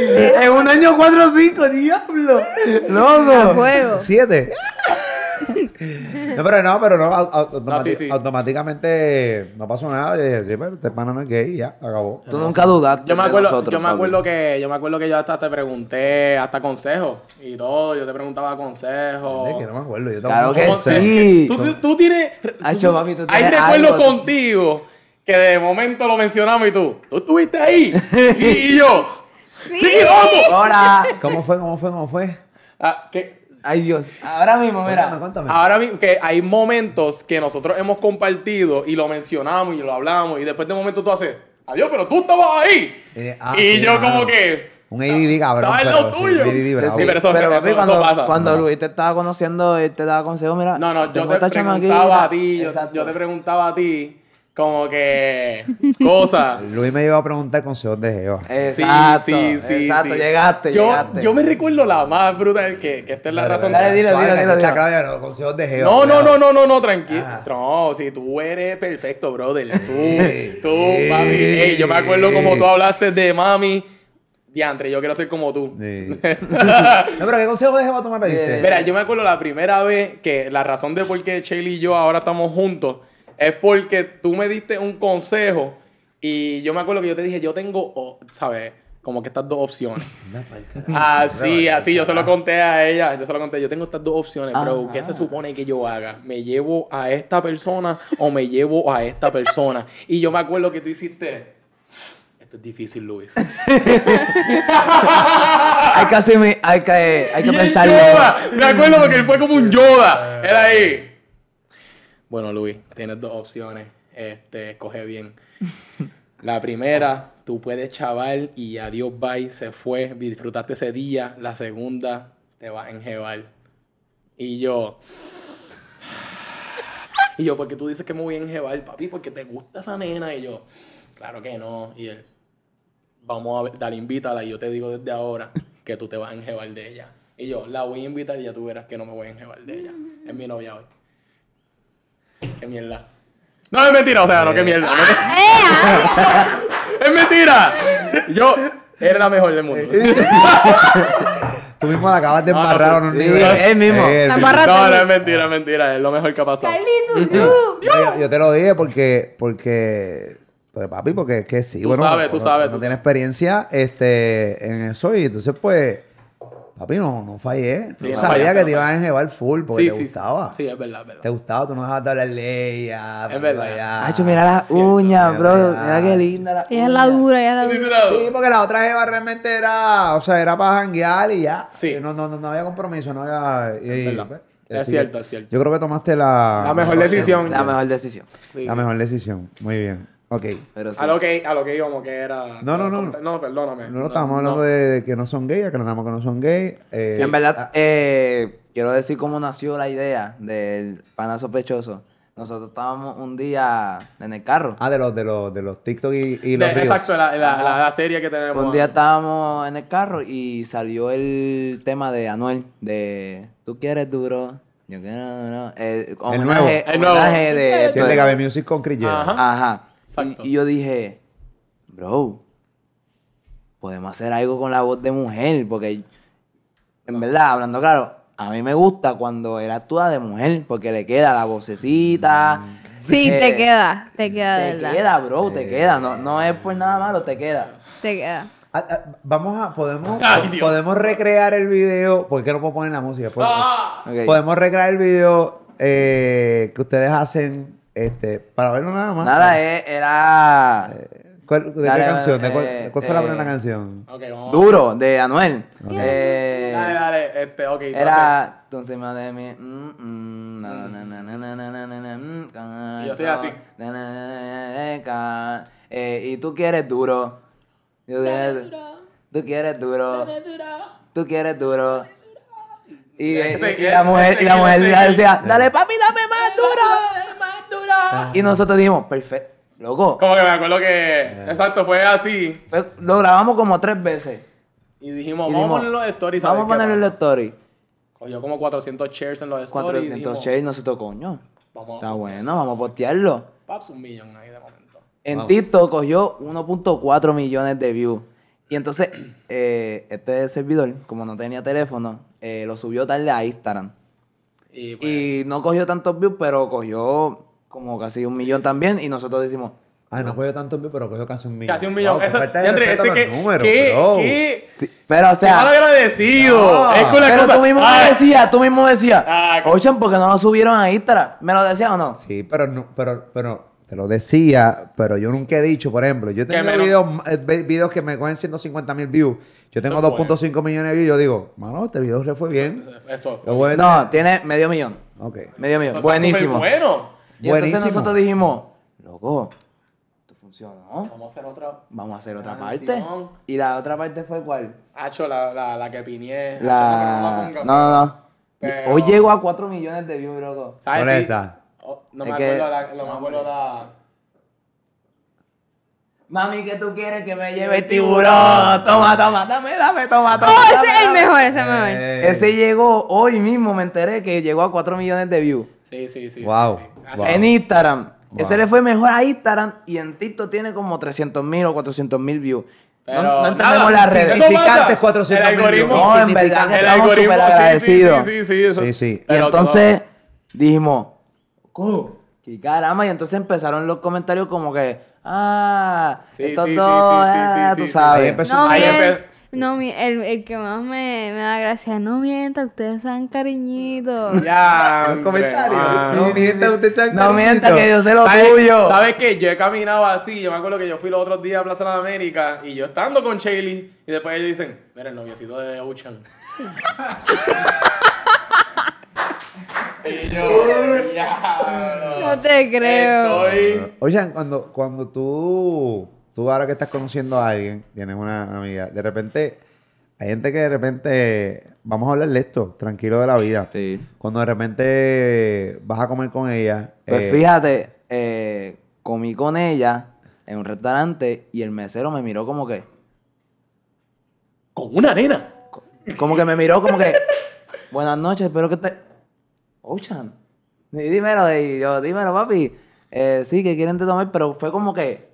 en un año 4 o 5, diablo. A Loco. juego. (laughs) Siete. no, pero no, pero no, au- au- automati- sí, sí. automáticamente no pasó nada. Yo dije, sí, pero este pana no es gay, ya, acabó. Tú nunca dudaste. Yo me de acuerdo, nosotros, yo me papi. acuerdo que yo me acuerdo que yo hasta te pregunté hasta consejos y todo, yo te preguntaba Es que consejos. no me acuerdo. Yo Claro tampoco que sé. sí. Tú, tú- tú tienes Acho, papi, tú Hay tienes recuerdos algo, tú- contigo que de momento lo mencionamos y tú, tú estuviste (laughs) ahí y, y yo. Sí. Sí, loco. Ahora. ¿Cómo fue? ¿Cómo fue? ¿Cómo fue? Ah, que Ay, Dios. Ahora mismo, Cuéntame, mira. cuéntame. Ahora mismo que hay momentos que nosotros hemos compartido y lo mencionamos y lo hablamos y después de momento tú haces, adiós, pero tú estabas ahí. Eh, ah, y sí, yo mano. como que... Un ADD cabrón. Estaba en pero lo sí, tuyo. ADD bravo. Sí, pero eso- pero eso- papi, eso cuando, pasa. cuando No. Luis te estaba conociendo, él te daba consejos, mira. No, no, yo tengo te esta chamaquita. preguntaba a ti, yo, Exacto. yo te preguntaba a ti como que cosas. Luis me llegó a preguntar consejos de Jehová. Exacto, sí, sí, exacto, sí. llegaste, Yo, llegaste. yo me recuerdo la más brutal que, que esta es Eh, la Dale, razón. dale, dile, Suave, dile, que dile, está dile. Claudia, los consejos de Jehová. No, no, no, no, no, no, tranquilo. Ajá. No, si tú eres perfecto, brother. Sí. Tú, tú, mami. Ey, yo me acuerdo como tú hablaste de mami. Diantre, yo quiero ser como tú. (laughs) Sí. no, pero ¿qué consejo de Jehová tú me pediste? Mira, yo me acuerdo la primera vez que la razón de por qué Shelly y yo ahora estamos juntos es porque tú me diste un consejo y yo me acuerdo que yo te dije, yo tengo, oh, ¿sabes? Como que estas dos opciones. Anda pa'l (laughs) carajo. Así, así, yo se ah. lo conté a ella, yo se lo conté, yo tengo estas dos opciones, pero Ajá. ¿qué se supone que yo haga? ¿Me llevo a esta persona o me llevo a esta persona? Y yo me acuerdo que tú hiciste... Esto es difícil, Luis. Hay que, asumir- hay que, hay que Y el pensarlo. Yoda, me acuerdo porque él fue como un Yoda. Era ahí. Bueno, Luis, tienes dos opciones. Este, escoge bien. La primera, tú puedes chaval y adiós, bye, se fue, disfrutaste ese día. La segunda, te vas a enjebar. Y yo. Y yo, porque tú dices que me voy a enjebar, papi, porque te gusta esa nena. Y yo, claro que no. Y él, vamos a ver, dale, invítala. Y yo te digo desde ahora que tú te vas a enjebar de ella. Y yo, la voy a invitar y ya tú verás que no me voy a enjebar de ella. Es mi novia hoy. Qué mierda. No, es mentira, o sea, Eh. no, qué mierda. no, qué- (laughs) ¡Es mentira! Yo era la mejor del mundo. Eh, Tú mismo la acabas de No, no, embarrar en tú- un sí, nivel. él mismo. Él La mismo. embarra- No, no es mentira, es mentira. Es lo mejor que ha pasado. Carlitos, no. Yo, yo te lo dije porque, porque, pues papi, porque es que sí, Tú bueno, sabes, tú uno- sabes, uno tú tiene experiencia este, en eso y entonces pues, papi, no, no fallé. Sí, yo no sabía fallaste, que no te ibas a enjebar full porque te gustaba. Sí, es verdad, es verdad. Te gustaba, tú no dejabas de hablarle a ella. Es por verdad. allá. Hacho, mira las Cierto, uñas, mira, bro. mira. Mira qué linda la Ella es la uña. dura, ella es la ¿Tú dura. dices algo? Sí, porque la otra jeva realmente era, o sea, era para janguear y ya. Sí. No, no, no, no había compromiso, no había... y- Es verdad. pues, Es así cierto, que es cierto. Yo creo que tomaste la... La mejor decisión. La mejor decisión. Sí. La mejor decisión, muy bien. Ok. Pero sí. A lo que, a lo que íbamos, que era. No, no, no. No, perdóname. No, no estamos hablando De, de que no son gay, aclaramos que no son gay. eh, En verdad, ah, eh, quiero decir cómo nació la idea del pana sospechoso. Nosotros estábamos un día en el carro. Ah, de los, de los, de los TikTok y, y De- los reels. Eh, exacto, la, la, la, Ajá. la serie que tenemos. Un día estábamos en el carro y salió el tema de Anuel, de tú quieres duro, yo quiero duro. El homenaje, El nuevo. homenaje de Sí, esto el de es- Gaby Music con Chris Jenner. Ajá. Ajá. Exacto. Y, y yo dije, bro, podemos hacer algo con la voz de mujer, porque en verdad, hablando claro, a mí me gusta cuando él actúa de mujer, porque le queda la vocecita. Mm. Sí, eh, te queda, te queda, de Te verdad. queda, bro, Eh. te queda. No, no es por nada malo, te queda. Te queda. Ah, ah, Vamos a, podemos, Ay, Dios. podemos recrear el video. ¿Por qué no puedo poner la música? Pues, ¡Ah! Ok. Podemos recrear el video eh, que ustedes hacen este, para verlo nada más. Nada, eh, era ¿Cuál- ¿De Dale, qué canción? ¿De cuál, eh, cuál fue la eh, primera canción? Ok, vamos. duro de Anuel. Ok. Eh, Dale, dale, este, ok. entonces, Era, entonces me de mí. mm, mm, na, na, na, na, na, na, na, na, na, mm, ca- Y yo estoy así. na, na, na, na, na, ca- eh, Y tú quieres duro. Yo quieres du- Tú quieres duro. Tú quieres duro. Y, Tiene que eh, seguir, y la mujer, y la tiene que mujer seguir. decía, dale papi, dame más duro. Ah. Y nosotros dijimos, perfecto, loco. Como que me acuerdo que. Eh. Exacto, fue así. Fue- Lo grabamos como tres veces. Y dijimos, vamos Y dijimos, a ponerlo en los stories. Vamos a ponerle los los. stories. Cogió como 400 shares en los stories. 400 dijimos, shares, nosotros, coño. Vamos. Está bueno, vamos a postearlo. Paps un millón ahí de momento. En Wow. TikTok cogió 1.4 millones de views. Y entonces, eh, este servidor, como no tenía teléfono, eh, lo subió tarde a Instagram. Y, pues, Y no cogió tantos views, pero cogió como casi un millón también. Y nosotros decimos, Ay, no cogió tanto view, pero cogió casi un millón. casi un millón. Wow, qué Eso, falta de Yandri, respeto esto a que. los números, ¿Qué? bro. ¿Qué? sí, pero o Qué mal sea, agradecido. No. Es con la pero cosa. tú mismo Ah, me decías, tú mismo decías, Ah, que- Ochan, ¿por qué no lo subieron a Instagram? ¿Me lo decías o no? Sí, pero, no, pero, pero te lo decía, pero yo nunca he dicho, por ejemplo, yo Que tengo menos- videos, eh, ve- videos que me cogen 150 mil views. Yo tengo Eso es 2.5 millones de views. Yo digo, mano, este video le fue bien. Eso. Lo voy a vender". No, tiene medio millón. Ok. Medio Eso millón. está Buenísimo. superbueno. Y entonces Buenísimo. nosotros dijimos, loco, esto funcionó. Vamos a hacer otra. Vamos a hacer otra parte. Canción. ¿Y la otra parte fue cuál? Hacho, la, la, la que piñé. La... Hacho, No, no, no. Pero- Hoy llegó a 4 millones de views, loco. ¿Sabes? ¿Cuál es Sí. esa? Oh, no Es me que- acuerdo, la, no me acuerdo la. Mami, ¿qué tú quieres que me lleve el tiburón? Toma, toma, dame, dame, toma, toma. ¡Oh, dame, ese es el dame. mejor, ese es el mejor! Eh, Ese llegó hoy mismo, me enteré que llegó a 4 millones de views. Sí, sí, sí. Wow. sí, sí. Wow. En Instagram. Wow. Ese le fue mejor a Instagram y en TikTok tiene como 300 mil o 400 mil views. Pero no, no entendemos nada, las sí, redes. eso pasa. Significantes 400 El algoritmo. millones. No, en verdad que el estamos algoritmo. súper sí, sí, agradecidos. Sí, sí, sí. eso- Sí, sí. Y Pero entonces dijimos, "Co, ¡qué caramba! Y entonces empezaron los comentarios como que, ¡ah! Sí, estos sí, sí, dos, sí, sí, ah, sí, tú sí, sí. Ahí sabes. empezó- No, Ahí mienta, empe- no, mi- el, el que más me, me da gracia, no mienta, ustedes sean cariñitos. Ya. (laughs) Los Ah, hombre, ah, comentarios. mano. No mienta, usted está No mientas que cariñito. yo sé lo ¿Sabes- tuyo. ¿Sabes qué? Yo he caminado así. Yo me acuerdo que yo fui los otros días a Plaza de América y yo estando con Shaley y después ellos dicen, mira el noviocito (laughs) de Ocean. y yo, ya. No te creo. Estoy... Oigan, cuando, cuando tú, tú ahora que estás conociendo a alguien, tienes una, una amiga, de repente, hay gente que de repente, vamos a hablar de esto, tranquilo de la vida. Sí. Cuando de repente vas a comer con ella, Pues eh, fíjate, eh, comí con ella en un restaurante y el mesero me miró como que, Con una nena. como que me miró como que, buenas noches, espero que te... Ochan. Y dímelo, y yo, dímelo, papi. Eh, sí, que quieren te tomar, pero fue como que...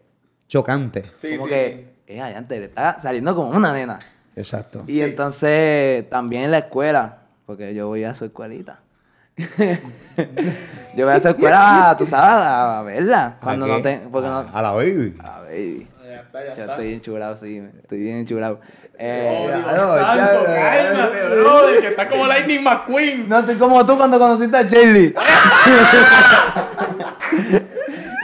chocante. Sí, como sí, que, eh, adelante, le está saliendo como una nena. Exacto. Y entonces, también en la escuela, porque yo voy a su escuelita. (laughs) yo voy a su escuela, tú sabes, a a verla. Cuando ¿A no qué? te, porque a, no, a la baby. a sí. baby. Ya está, Ah. ya Yo está. estoy enchulado, sí, me- estoy bien enchulado. Oh, Eh, Dios no, santo, ya, ya, ya. cálmate, brother, que está como Lightning McQueen. no estoy como tú cuando conociste a Shirley.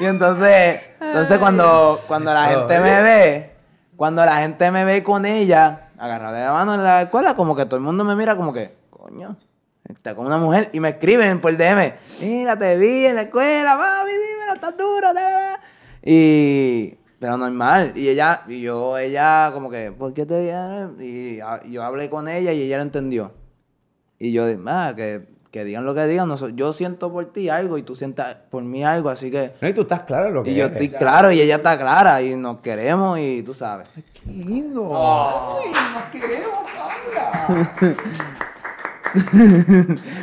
y entonces, entonces cuando, cuando la gente me ve, cuando la gente me ve con ella, agarrada de la mano en la escuela, como que todo el mundo me mira como que, coño, está con una mujer. Y me escriben por DM, mira, te vi en la escuela, mami, dímelo, estás duro. da, da, da". Y, pero normal. Y ella, y yo, ella como que, ¿por qué te vieron? Y ah, yo hablé con ella y ella lo entendió. Y yo, ah, que que digan lo que digan, no so- yo siento por ti algo y tú sientas por mí algo, así que... No, y tú estás claro en lo que Y yo eres. estoy claro y ella está clara y nos queremos y tú sabes. ¡Qué lindo! Oh. ¡Ay, nos queremos,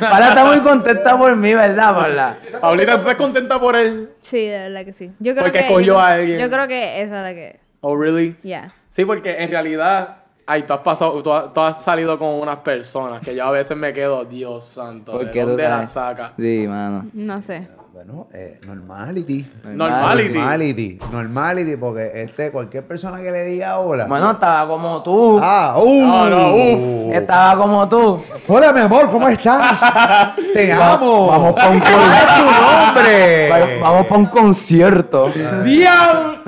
Paula! (laughs) Paula está muy contenta por mí, ¿verdad, Paula? Paulita, ¿tú estás contenta por él? Sí, de verdad que sí. Yo creo Porque que. cogió yo, a alguien. Yo creo que esa es la que. Oh, really? Ya. Sí, porque en realidad, ay, tú has pasado, tú has, tú has salido con unas personas que yo a veces me quedo, Dios santo, ¿de tú dónde las sabes? (laughs) saca? Sí, mano. No sé. (laughs) Bueno, eh, normality. Normality. Normality. Normality, porque este, cualquier persona que le diga hola. Bueno, estaba como tú. Ah, uh, No, no, uf. Estaba como tú. Hola, mi amor, ¿cómo (laughs) estás? Te amo. Vamos pa' un ¿Cuál es tu nombre? Va- Vamos para un concierto. ¡Diablo!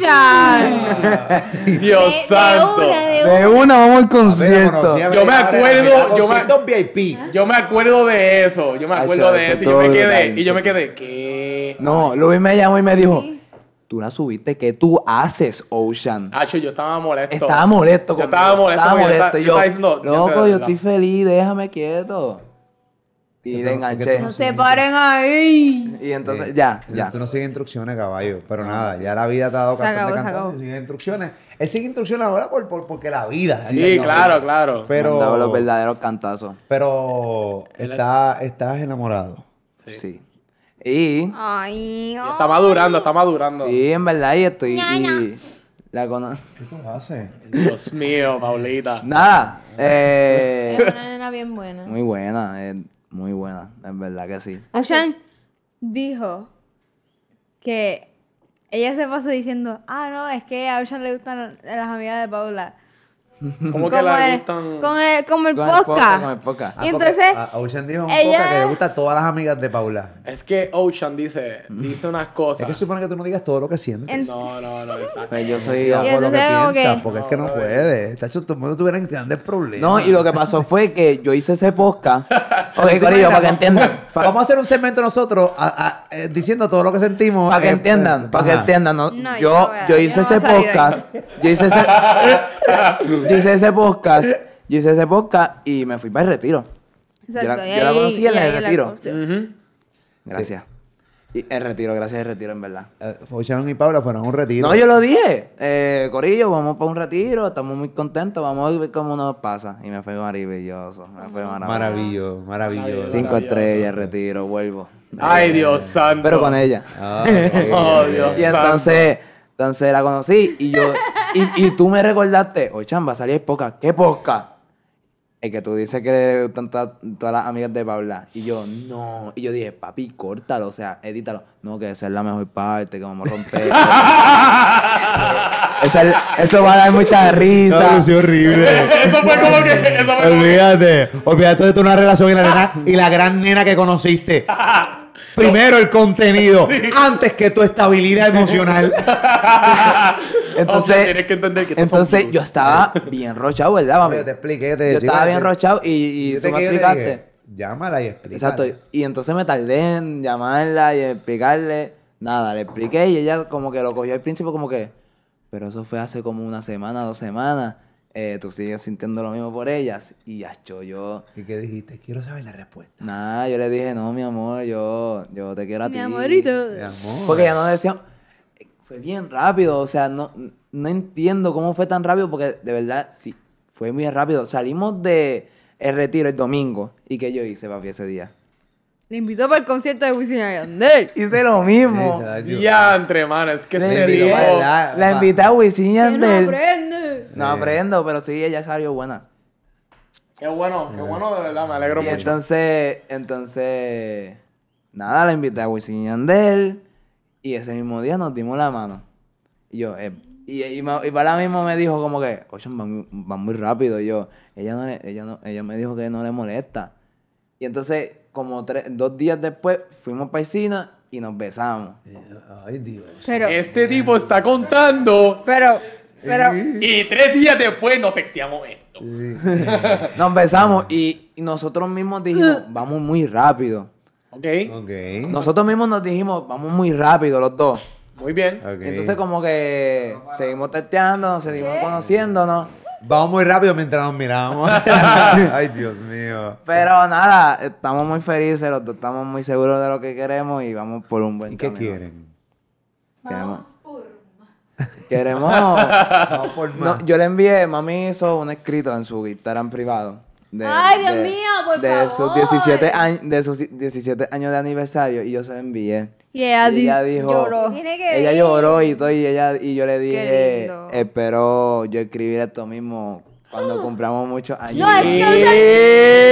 Ocean. Dios de, santo. De una, de una. De una vamos al Cierto. concierto. Yo me acuerdo, yo me- VIP. Yo me acuerdo de eso, yo me Ay, acuerdo eso- de eso eso, y yo me todo quedé, brutal, y yo me eso. quedé, ¿qué? No, Luis me llamó y me dijo, Sí. tú la subiste, ¿qué tú haces, Ocean? Hacho, yo estaba molesto. Estaba molesto Yo conmigo. estaba molesto Estaba porque yo molesto. estaba- Y yo Yo, estaba diciendo, yo loco, estoy- yo estoy feliz, déjame quieto. Y Yo tengo- le yo enganché. tengo- No se paren ahí. Y entonces, ya, ya. Tú no sigues instrucciones, caballo. Pero nada, ya la vida te ha dado Se cartón de acabó, se cantazo, acabó. Sigue instrucciones. Él sigue instrucciones ahora por, por- porque la vida. Sí, no, claro, claro. Me Pero, han dado los verdaderos cantazos. pero Él- está, estás enamorado. Sí. Sí. Y, Ay, Y está madurando, está madurando. sí, en verdad, y estoy... y la cono- ¿Qué tú haces? Dios mío, Paulita. Nada, eh, Es (laughs) una nena bien buena. muy buena, eh, muy buena, en verdad que sí. Ocean dijo que ella se pasó diciendo, ah, no, es que a Ocean le gustan las amigas de Paula. ¿Cómo que el, le gustan? con el, como el Con el podcast, con el podcast. podcast. Ah, Y porque entonces, A, a Ocean dijo un ella- poco que le gustan todas las amigas de Paula. Es que Ocean dice, dice unas Es cosas. Ah. que supone que tú no digas todo lo que sientes. En- No, no, no, exacto. Pues yo soy... Digas Y por lo que entonces, como piensas, que- porque es que no, No, puedes. Tacho, todo el mundo tuviera grandes problemas. No, y lo que pasó fue que yo hice (laughs) ese podcast. Ok, ¿Te Corillo, imaginas? para que entiendan. pa- Vamos a hacer un segmento nosotros a- a- eh, diciendo todo lo que sentimos. para que eh, entiendan, eh, para que ajá. entiendan. no, No, yo no yo, voy a- yo yo hice no voy a ese salir podcast. Yo hice ese. yo hice ese podcast. Yo hice ese podcast y me fui para el retiro. Yo la, Exacto, y yo la ahí- conocí en y el ahí la retiro. conoció. Ujú. Gracias. Y el retiro, gracias el retiro, en verdad. Eh, Ocean y Paula fueron a un retiro. No, yo lo dije. Eh, Corillo, vamos para un retiro. Estamos muy contentos. Vamos a ver cómo nos pasa. Y me fue maravilloso. Me fue maravilloso. Ah, Maravilloso, maravilloso. Cinco Maravilloso. estrellas, retiro, vuelvo. Eh, Ay, Dios santo. Pero con ella. Ah, ok, ok, Oh, ok. Dios. Y Santo. entonces, entonces la conocí y yo, y, y tú me recordaste, oye, chamba, salí el podcast. ¿Qué podcast? El que tú dices que le gustan todas, todas las amigas de Paula. Y yo, no. Y yo dije, papi, córtalo, o sea, edítalo. No, que esa es la mejor parte, que vamos a (laughs) romper. Esa es- eso va a dar mucha No, risa. lució (laughs) horrible. Eso fue como que. Eso fue como que- Olvídate, olvídate de tu una relación y la (laughs) nena y la gran nena que (laughs) conociste. Primero el contenido, antes que tu estabilidad (laughs) emocional. Entonces, O sea, tienes que entender que estos son entonces views. yo estaba bien rochado, ¿verdad, mami? Yo te expliqué, yo te Yo estaba yo- bien yo- rochado y, y yo tú te- me que yo te explicaste. dije, Llámala y explica. Exacto, y entonces me tardé en llamarla y explicarle. Nada, le expliqué y ella como que lo cogió al principio como que, pero eso fue hace como una semana, dos semanas. eh, tú sigues sintiendo lo mismo por ellas. Y acho, yo, ¿Y qué dijiste? Quiero saber la respuesta. nada, yo le dije, no, mi amor, yo, yo te quiero a ti. Mi amorito. Mi amor. Porque ella no decía, fue bien rápido, o sea, no, no entiendo cómo fue tan rápido, porque de verdad, sí, fue muy rápido. Salimos de el retiro el domingo y que yo hice, papi, ese día. Le invitó para el concierto de Wisin y Yandel. Hice lo mismo. Ay, Dios. Diantre, mano, es que Le se envió dio. a ¿verdad? La invité a Wisin Que y no Yandel. aprende. No Sí. aprendo, pero sí, ella salió buena. Qué bueno, qué bueno, de verdad, me alegro Y mucho. entonces, entonces, nada, la invité a Wisin y Yandel. Y ese mismo día nos dimos la mano. Y yo, eh, y, y, ma- y para mismo me dijo como que, Ocean, va muy, va muy rápido. Y yo, ella, no le- ella, no, ella me dijo que no le molesta. Y entonces, como tres, dos días después, fuimos para piscina y nos besamos. Ay, Dios. Pero, Este tipo está contando pero, pero, y tres días después nos texteamos esto. Nos besamos y, y nosotros mismos (laughs) dijimos, vamos muy rápido. ¿Ok? Ok. Nosotros mismos nos dijimos, vamos muy rápido los dos. Muy bien. Ok. Entonces como que seguimos testeando, nos seguimos conociéndonos. Vamos muy rápido mientras nos (laughs) miramos. Ay, Dios mío. Pero nada, estamos muy felices, los dos estamos muy seguros de lo que queremos y vamos por un buen ¿Y qué camino. quieren? Queremos. Vamos por más. (laughs) Queremos. Vamos por No, más. yo le envié, mami hizo un escrito en su Instagram privado. de- Ay, Dios de- mío, por de Sus favor. 17 años, de sus 17 años de aniversario y yo se lo envié. Y ella, Y ella dijo, lloró. Tiene que Ella ir. lloró y todo, y, ella, y yo le dije, lindo. espero yo escribir esto mismo cuando cumplamos muchos años. No, es que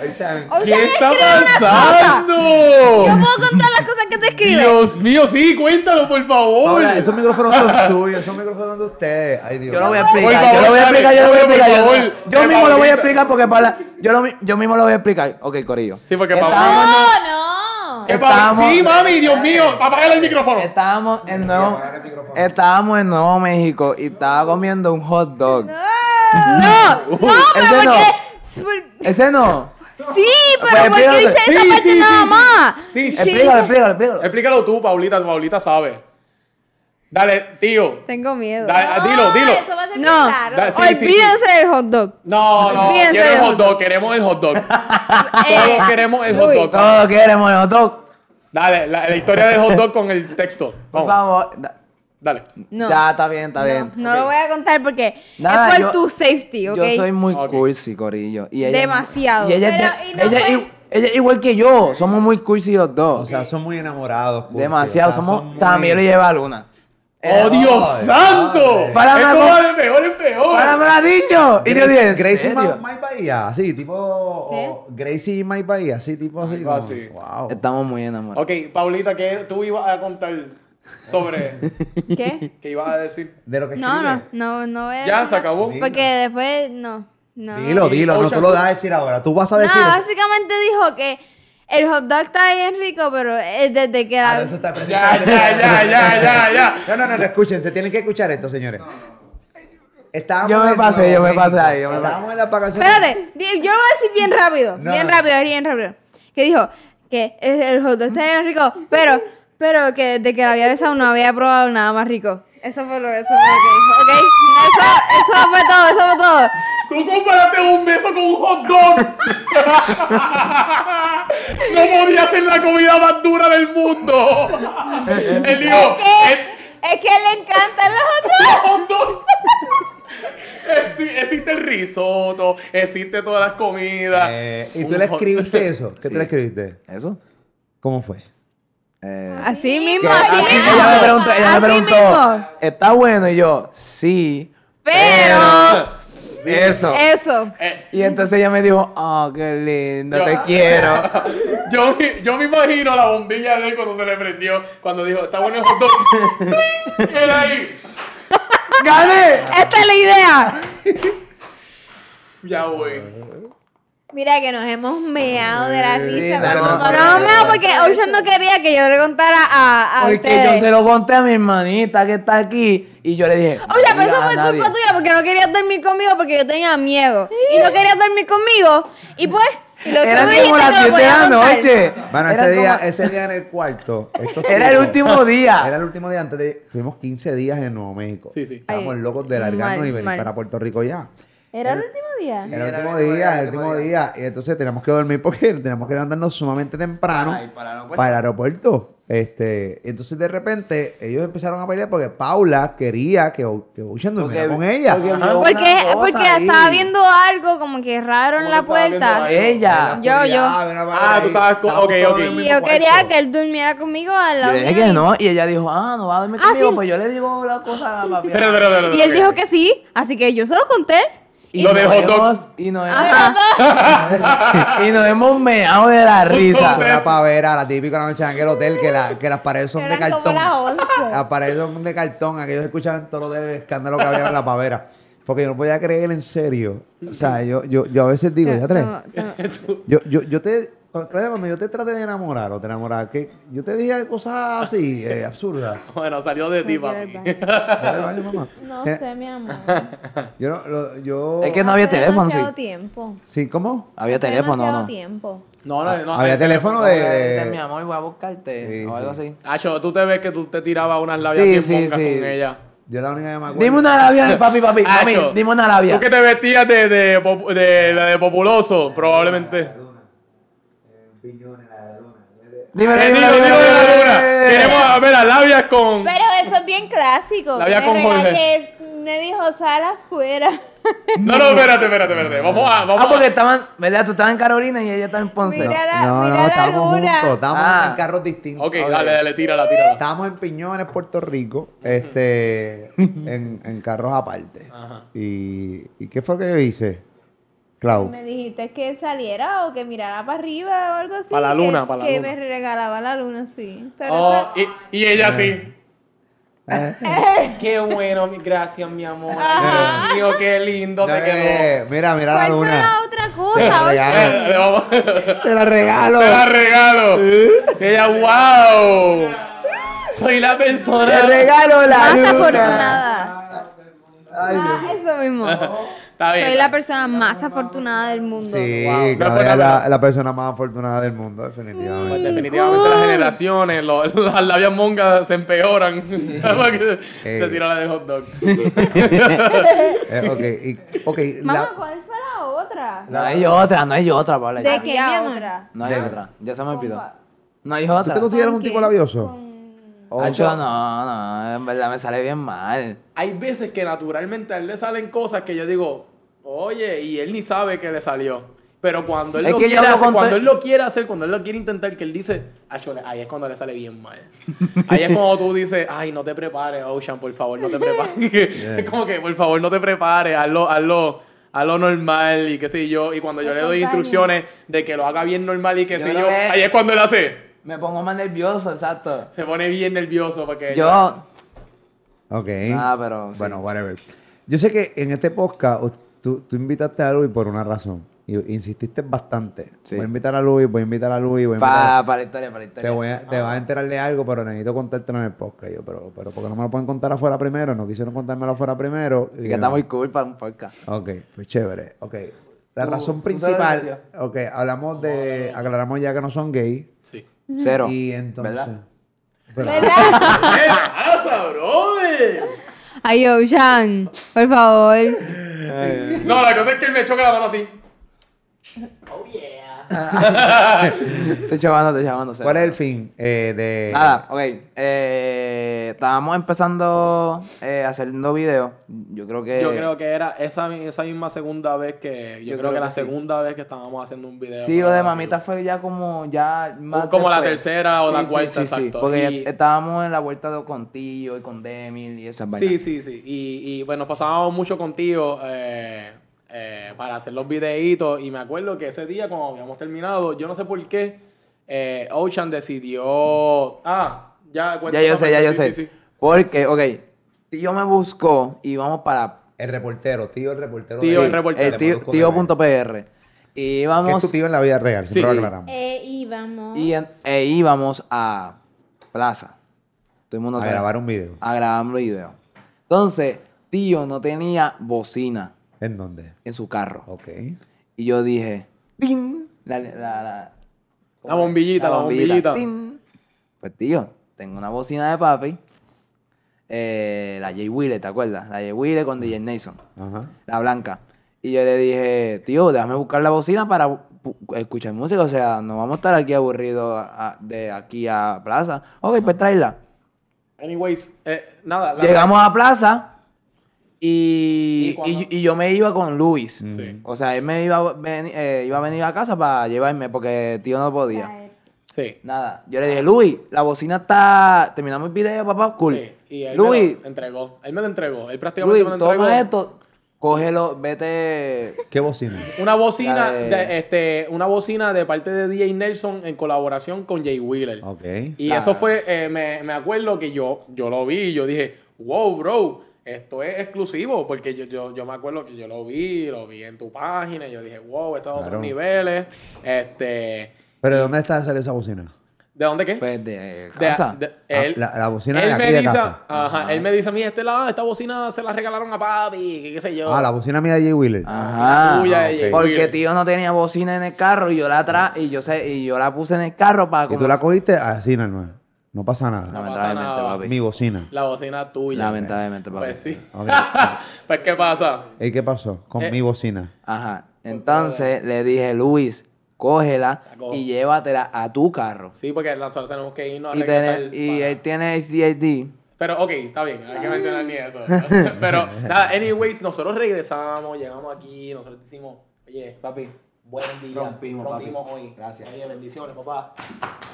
Ay, Chan. Ocean ¿Qué está escribe una pasando? Yo puedo contar las cosas que te escribe. Dios mío, sí, cuéntalo, por favor. Ahora, esos micrófonos son tuyos, esos micrófonos son de ustedes. Ay, Dios. Yo lo voy a Por explicar, yo favor, lo voy a dale, explicar, yo lo voy a dale, explicar. por yo- favor. Yo, Que mismo lo voy a Paulita- explicar porque para, yo, lo mi- yo mismo lo voy a explicar. Ok, Corillo. Sí, porque Estábamos- Paulita- No, no. Que pa- Estamos- Sí, mami, Dios mío, apágale el micrófono. Estábamos en Nuevo, apagar el micrófono. estábamos en Nuevo México y estaba comiendo un hot dog. No, no, ese pero no. porque. por- Ese no. Sí, Pues pero ¿por qué explícate. dice esa Sí, parte sí, nada sí, más? sí. Sí, Explícalo, explícalo, explícalo. Explícalo tú, Paulita, Paulita sabe. Dale, tío. Tengo miedo. Dale, ah, dilo, dilo. Oh, Eso va a ser No. muy raro. Da- sí, sí, Olvídense del hot dog. No, no, Fíjense quiero el del hot hot dog, queremos el hot dog. Eh, Todos queremos el hot Luis. dog. Todos queremos el hot dog. Dale, la, la historia del hot dog con el texto. Por Vamos, favor. da- dale. No. Ya, está bien, está bien. No lo voy a contar porque Nada, es por yo- tu safety, ¿ok? Yo soy muy Ok. cursi, Corillo. Y ella es- Demasiado. Y ella, es Pero, de- ¿y no ella es fue- i- ella es igual que yo. Somos muy cursi los dos. O sea, son muy enamorados. cursi. Demasiado. O sea, somos son muy- también lo lleva a Luna. ¡Oh, Dios Ay, santo! padre. Para Esto una va co- de peor en peor. Ahora me lo ha dicho. Y yo dije, ¿en Gracie y Ma- serio? Mike Bahía, así, tipo. o Gracie y Mike Bahía, así, tipo así. Algo como, así. Wow. Estamos muy enamorados. Ok, Paulita, ¿qué tú ibas a contar sobre (laughs) ¿Qué? qué ibas a decir? De lo que No, no, escribe. no, no voy a Ya, decir se nada, acabó. Porque después, no, no. Dilo, dilo, no, tú lo das a decir ahora. Tú vas a No, decir. básicamente dijo que el hot dog está bien rico, pero eh, desde que Ah, la... no, eso está presente. Ya, ya, ya, ya, ya, ya. No, no, no, no, escuchen, se tienen que escuchar esto, señores. Estábamos Yo me en pasé, Nuevo yo me México. pasé ahí, yo me Estábamos en las vacaciones. Espérate, di- yo lo voy a decir bien rápido, No, bien no. rápido, bien rápido. Que dijo que el el hot dog está bien rico, pero, pero que desde que la había besado no había probado nada más rico. Eso fue lo, eso fue lo que dijo, ¿ok? Eso, eso fue todo, eso fue todo. Tú comparaste un beso con un hot dog. (laughs) no podía ser la comida más dura del mundo. Él dijo, eh. ¿Qué? "Es- Es que le encantan los hot dogs. hot dog". (laughs) Exi- Existe el risotto, existe todas las comidas. Eh, ¿Y Un tú le hot- escribiste eso? ¿Qué tú le Sí. escribiste? ¿Eso? ¿Cómo fue? Eh, Así que- mismo, así ah, mismo. ella me preguntó, ella me Así mismo. preguntó, ¿está bueno? Y yo, sí. Pero- Eso. Eso. Eh, Y entonces ella me dijo, oh, qué lindo, (laughs) Yo- te quiero. yo, me- yo me imagino la bombilla de él cuando se le prendió, cuando dijo, está bueno el hot (laughs) dog. ¡Pling! Era ahí. ¡Gané! Esta es la idea. Ya voy. Mira que nos hemos meado de la risa. no, cuando no, cuando- No, no, porque Ocean no quería que yo le contara a, a Porque ustedes. yo se lo conté a mi hermanita que está aquí y yo le dije. Oye, pero "Mira, eso fue nadie". culpa tuya porque no querías dormir conmigo porque yo tenía miedo. Y no querías dormir conmigo. Y pues, lo que Era tú como dijiste las que lo 7 de podía la contar. noche. Bueno, Era ese día, como- ese día en el cuarto. estos (laughs) Era el tipos- último día. Era el último día antes de. Tuvimos 15 días en Nuevo México. Sí, sí. Estábamos Ay, locos de largarnos mal, y venir mal. para Puerto Rico ya. ¿Era el último día? Era el último día, el último día. Y entonces teníamos que dormir porque teníamos que levantarnos sumamente temprano Ay, para el aeropuerto. para el aeropuerto. Este, y entonces de repente ellos empezaron a pelear porque Paula quería que, O- que Ocean durmiera Porque- con ella. porque Ajá. vio Porque, una cosa porque ahí. estaba viendo algo como que raro en Como la que estaba viendo puerta. algo. Ella. Yo, yo. Ah, tú estabas con- ok, ok. Y yo quería que él durmiera conmigo al Yo lado le dije mío que y- no. Y ella dijo, ah, no va a dormir Ah, conmigo. sí. Pues yo le digo la cosa a papi. Pero, pero, pero, Y él ok. dijo que sí, así que yo se lo conté. Y Lo de nos hot dog. hemos- Y nos hemos- Ajá. y nos hemos meado de la risa. Una pavera, la típica noche en aquel hotel que, la- que las paredes son de Eran como cartón. las 11. Las paredes son de cartón. Aquellos escuchaban todo lo del escándalo que había en la pavera. Porque yo no podía creer en serio. O sea, yo, yo, yo a veces digo, pues, ya tres. Toma, toma. Yo, yo, yo te. Claudia, cuando yo te traté de enamorar o te enamorar, que yo te dije cosas así, eh, absurdas. (laughs) Bueno, salió de ti, Me quiero papi. ir al baño. Vete al baño, mamá. No Eh, sé, mi amor. Yo no, lo- yo. Es que no había Hace teléfono, sí. demasiado tiempo. Sí, ¿cómo? Había Hace teléfono, demasiado ¿no? tiempo. (laughs) No, no, Ah, no. había teléfono Vete, Mi de. amor, voy a buscarte. Sí, o algo sí. así. Acho, tú te ves que tú te tirabas unas labias Sí, bien sí, mongas sí. con ella. Yo la única que me acuerdo. Dime una labia de papi, papi. Papi, Acho, dime una labia. Tú que te vestías de, de, popu- de, la de populoso, probablemente. Dime, Eh, dime, digo, dime, digo, dime, digo, dime. una. Queremos a ver a labias con. Pero eso es bien clásico. La había Me con regañé, Jorge. Me dijo, sal afuera. (laughs) No, no, espérate, espérate, espérate. Vamos a. Vamos Ah, porque a... estaban, ¿verdad? Tú estabas en Carolina y ella estaba en Ponce. Mira la, no, mira no, la estábamos luna. juntos, estábamos Ah. en carros distintos. Ok, dale, dale, tírala, tírala. Estábamos en Piñones, Puerto Rico, (laughs) este, en, en carros aparte. Ajá. Y, ¿Y qué fue que yo hice? Clau. Me dijiste que saliera o que mirara para arriba o algo así. Pa' la que- luna, pa' la Que luna. me regalaba la luna, sí. Pero Oh, (laughs) eso... y, y ella sí. Eh, Qué bueno, mi- gracias, mi amor. Ajá. Ah. Dios mío, qué lindo te quedó. eh, mira, mira la ¿Cuál fue luna. la otra Te la cosa? regalo. Eh, le Oye? vamos- (laughs) Te Te la regalo. la regalo. ¿Eh? Ella, wow. Soy la Te persona. regalo la Más luna. afortunada. Ay, Dios. Ah, eso mismo. Está bien. Soy la persona más afortunada del mundo. Sí, Wow. Claudia No, es no, la, no. la persona más afortunada del mundo, Pues Mm. definitivamente. definitivamente Uh. las generaciones, lo- (laughs) las labias mongas se empeoran. Porque (laughs) se Eh. tira la del hot dog. Eh, ok, y- ok, Mamá, la- ¿cuál fue la otra? No hay otra, no hay otra, Paula. ¿De ya. qué, mi Había amor? otra. No hay Debe. otra. Ya se me Con olvidó. pa- No hay ¿tú te otra. consideras un ¿Con tipo quién? labioso? con- O- Acho, no, no. En verdad me sale bien mal. Hay veces que naturalmente a él le salen cosas que yo digo, oye, y él ni sabe que le salió. Pero cuando él, Es lo, que yo quiere hablo hacer, con cuando todo- él lo quiere hacer, cuando él lo quiere intentar, que él dice, "Ay, chole", ahí es cuando le sale bien (laughs) mal. Ahí es cuando tú dices, ay, no te prepares, Ocean, por favor, no te (laughs) prepares. Es como que, por favor, no te prepares, hazlo, hazlo, hazlo normal y qué sé yo. Y cuando yo Es le doy contagio. instrucciones de que lo haga bien normal y qué Yo sé creo yo, que- ahí es cuando él hace. Me pongo más nervioso, exacto. Se pone bien nervioso porque... Yo. Ok. Ah, pero. sí. Bueno, whatever. Yo sé que en este podcast u- tú, tú invitaste a Luis por una razón. Y insististe bastante. Sí. Voy a invitar a Luis, voy a invitar a Luis, voy a invitar a- Pa- Para la historia, para la Te, historia. voy a, te vas a enterar de algo, pero necesito contártelo en el podcast. Y Yo, pero, pero ¿por qué no me lo pueden contar afuera primero? No quisieron contármelo afuera primero. Y Y que está no. muy cool para un podcast. Ok, pues chévere. Ok. La Tú- razón tú sabes la principal. Ok, hablamos de. Aclaramos ya que no son gay. Sí. (laughs) Cero. Y entonces. ¿Verdad? ¿Verdad? ¿Qué pasa, brother? Ay, Ocean, por favor. (laughs) No, la cosa es que él me choca la mano así. (laughs) Estoy chavando, estoy chavando. cero. ¿Cuál es el fin eh, de. Nada, ok. eh, estábamos empezando eh, haciendo videos. Yo creo que. Yo creo que era esa, mi- esa misma segunda vez que. Yo, creo, que, la segunda vez que estábamos haciendo un video. Sí, lo para de la mamita fue ya como ya más Como la después. tercera o la cuarta, exacto. Porque Y- estábamos en la vuelta de con Tío y con Demil y esas vainas. Sí, sí, sí. Y, y bueno, pasábamos mucho contigo eh, eh, para hacer los videitos. Y me acuerdo que ese día, cuando habíamos terminado, yo no sé por qué, eh, Ocean decidió. Ah, ya cuenta Ya yo esa sé, ya parte, yo sí, sé. sí, sí. Porque, ok, Tío me buscó y vamos para El reportero, tío, el reportero. Tío, de- el reportero. eh, tío- Molusco TV. tío.pr. Y Que es tu íbamos, tío en la vida real, siempre Sí. lo aclaramos. Eh, íbamos. y en- e íbamos a Plaza. Todo el mundo a sabe. grabar un video. a grabar un video. Entonces, tío no tenía bocina ¿En dónde? en su carro. Ok. Y yo dije, ¡Tin! La, la- la- La bombillita, la bombillita. ¡Tin! Pues tío, tengo una bocina de papi. eh, la J. Wheeler, ¿te acuerdas? La J. Wheeler con DJ Nason, Ajá. la blanca. Y yo le dije, tío, déjame buscar la bocina para bu- escuchar música. O sea, no vamos a estar aquí aburridos a- de aquí a plaza. Ok, pues tráela. Anyways, eh, nada. la- Llegamos a plaza ¿Y y, cuándo? y, y yo me iba con Luis. Sí, O sea, él me iba a, veni- eh, iba a venir a casa para llevarme porque tío no podía. sí. Nada. Yo le dije, Luis, la bocina está. Terminamos el video, papá. Cool. Sí, y él Luis, me lo entregó. Él me lo entregó. Él prácticamente Luis, me lo entregó. toma esto, cógelo, vete. ¿Qué bocina? Una bocina La de- de... este, una bocina de parte de DJ Nelson en colaboración con Jay Wheeler. Ok. Y Claro. eso fue, eh, me, me acuerdo que yo, yo lo vi y yo dije, wow, bro, esto es exclusivo, porque yo, yo, yo me acuerdo que yo lo vi, lo vi en tu página, y yo dije, wow, estos son Claro. otros niveles. Este, ¿Pero de dónde está salió esa bocina? ¿De dónde qué? Pues De- de casa. de- Ah, él- la, la bocina de él aquí me de dice, casa. Ah. ajá, él me dice a mí, este lado, esta bocina se la regalaron a papi, que qué sé yo. Ah, la bocina mía de Jay Wheeler. Ajá. Ah, Tuya de Jay ok. Porque Wheeler. tío no tenía bocina en el carro y yo la tra y yo sé, y yo la puse en el carro para y tú la cogiste así, Ah, normal. No pasa nada. No pasa Lamentablemente, nada. papi. Mi bocina. La bocina tuya. Lamentablemente, papi. Pues sí. (laughs) Ok. pues, ¿qué pasa? ¿Y qué pasó? Con Eh. mi bocina. Ajá. Entonces le dije, Luis, cógela La cojo. y llévatela a tu carro. Sí, porque nosotros tenemos que irnos a Y, regresar tener- y para- él tiene HDID. Pero, ok, está bien, hay que mencionar ni (laughs) eso. Pero, nada, anyways, nosotros regresamos, llegamos aquí, nosotros decimos, oye, papi, buen día. Rompimos, papi. hoy. Gracias. Oye, bendiciones, papá.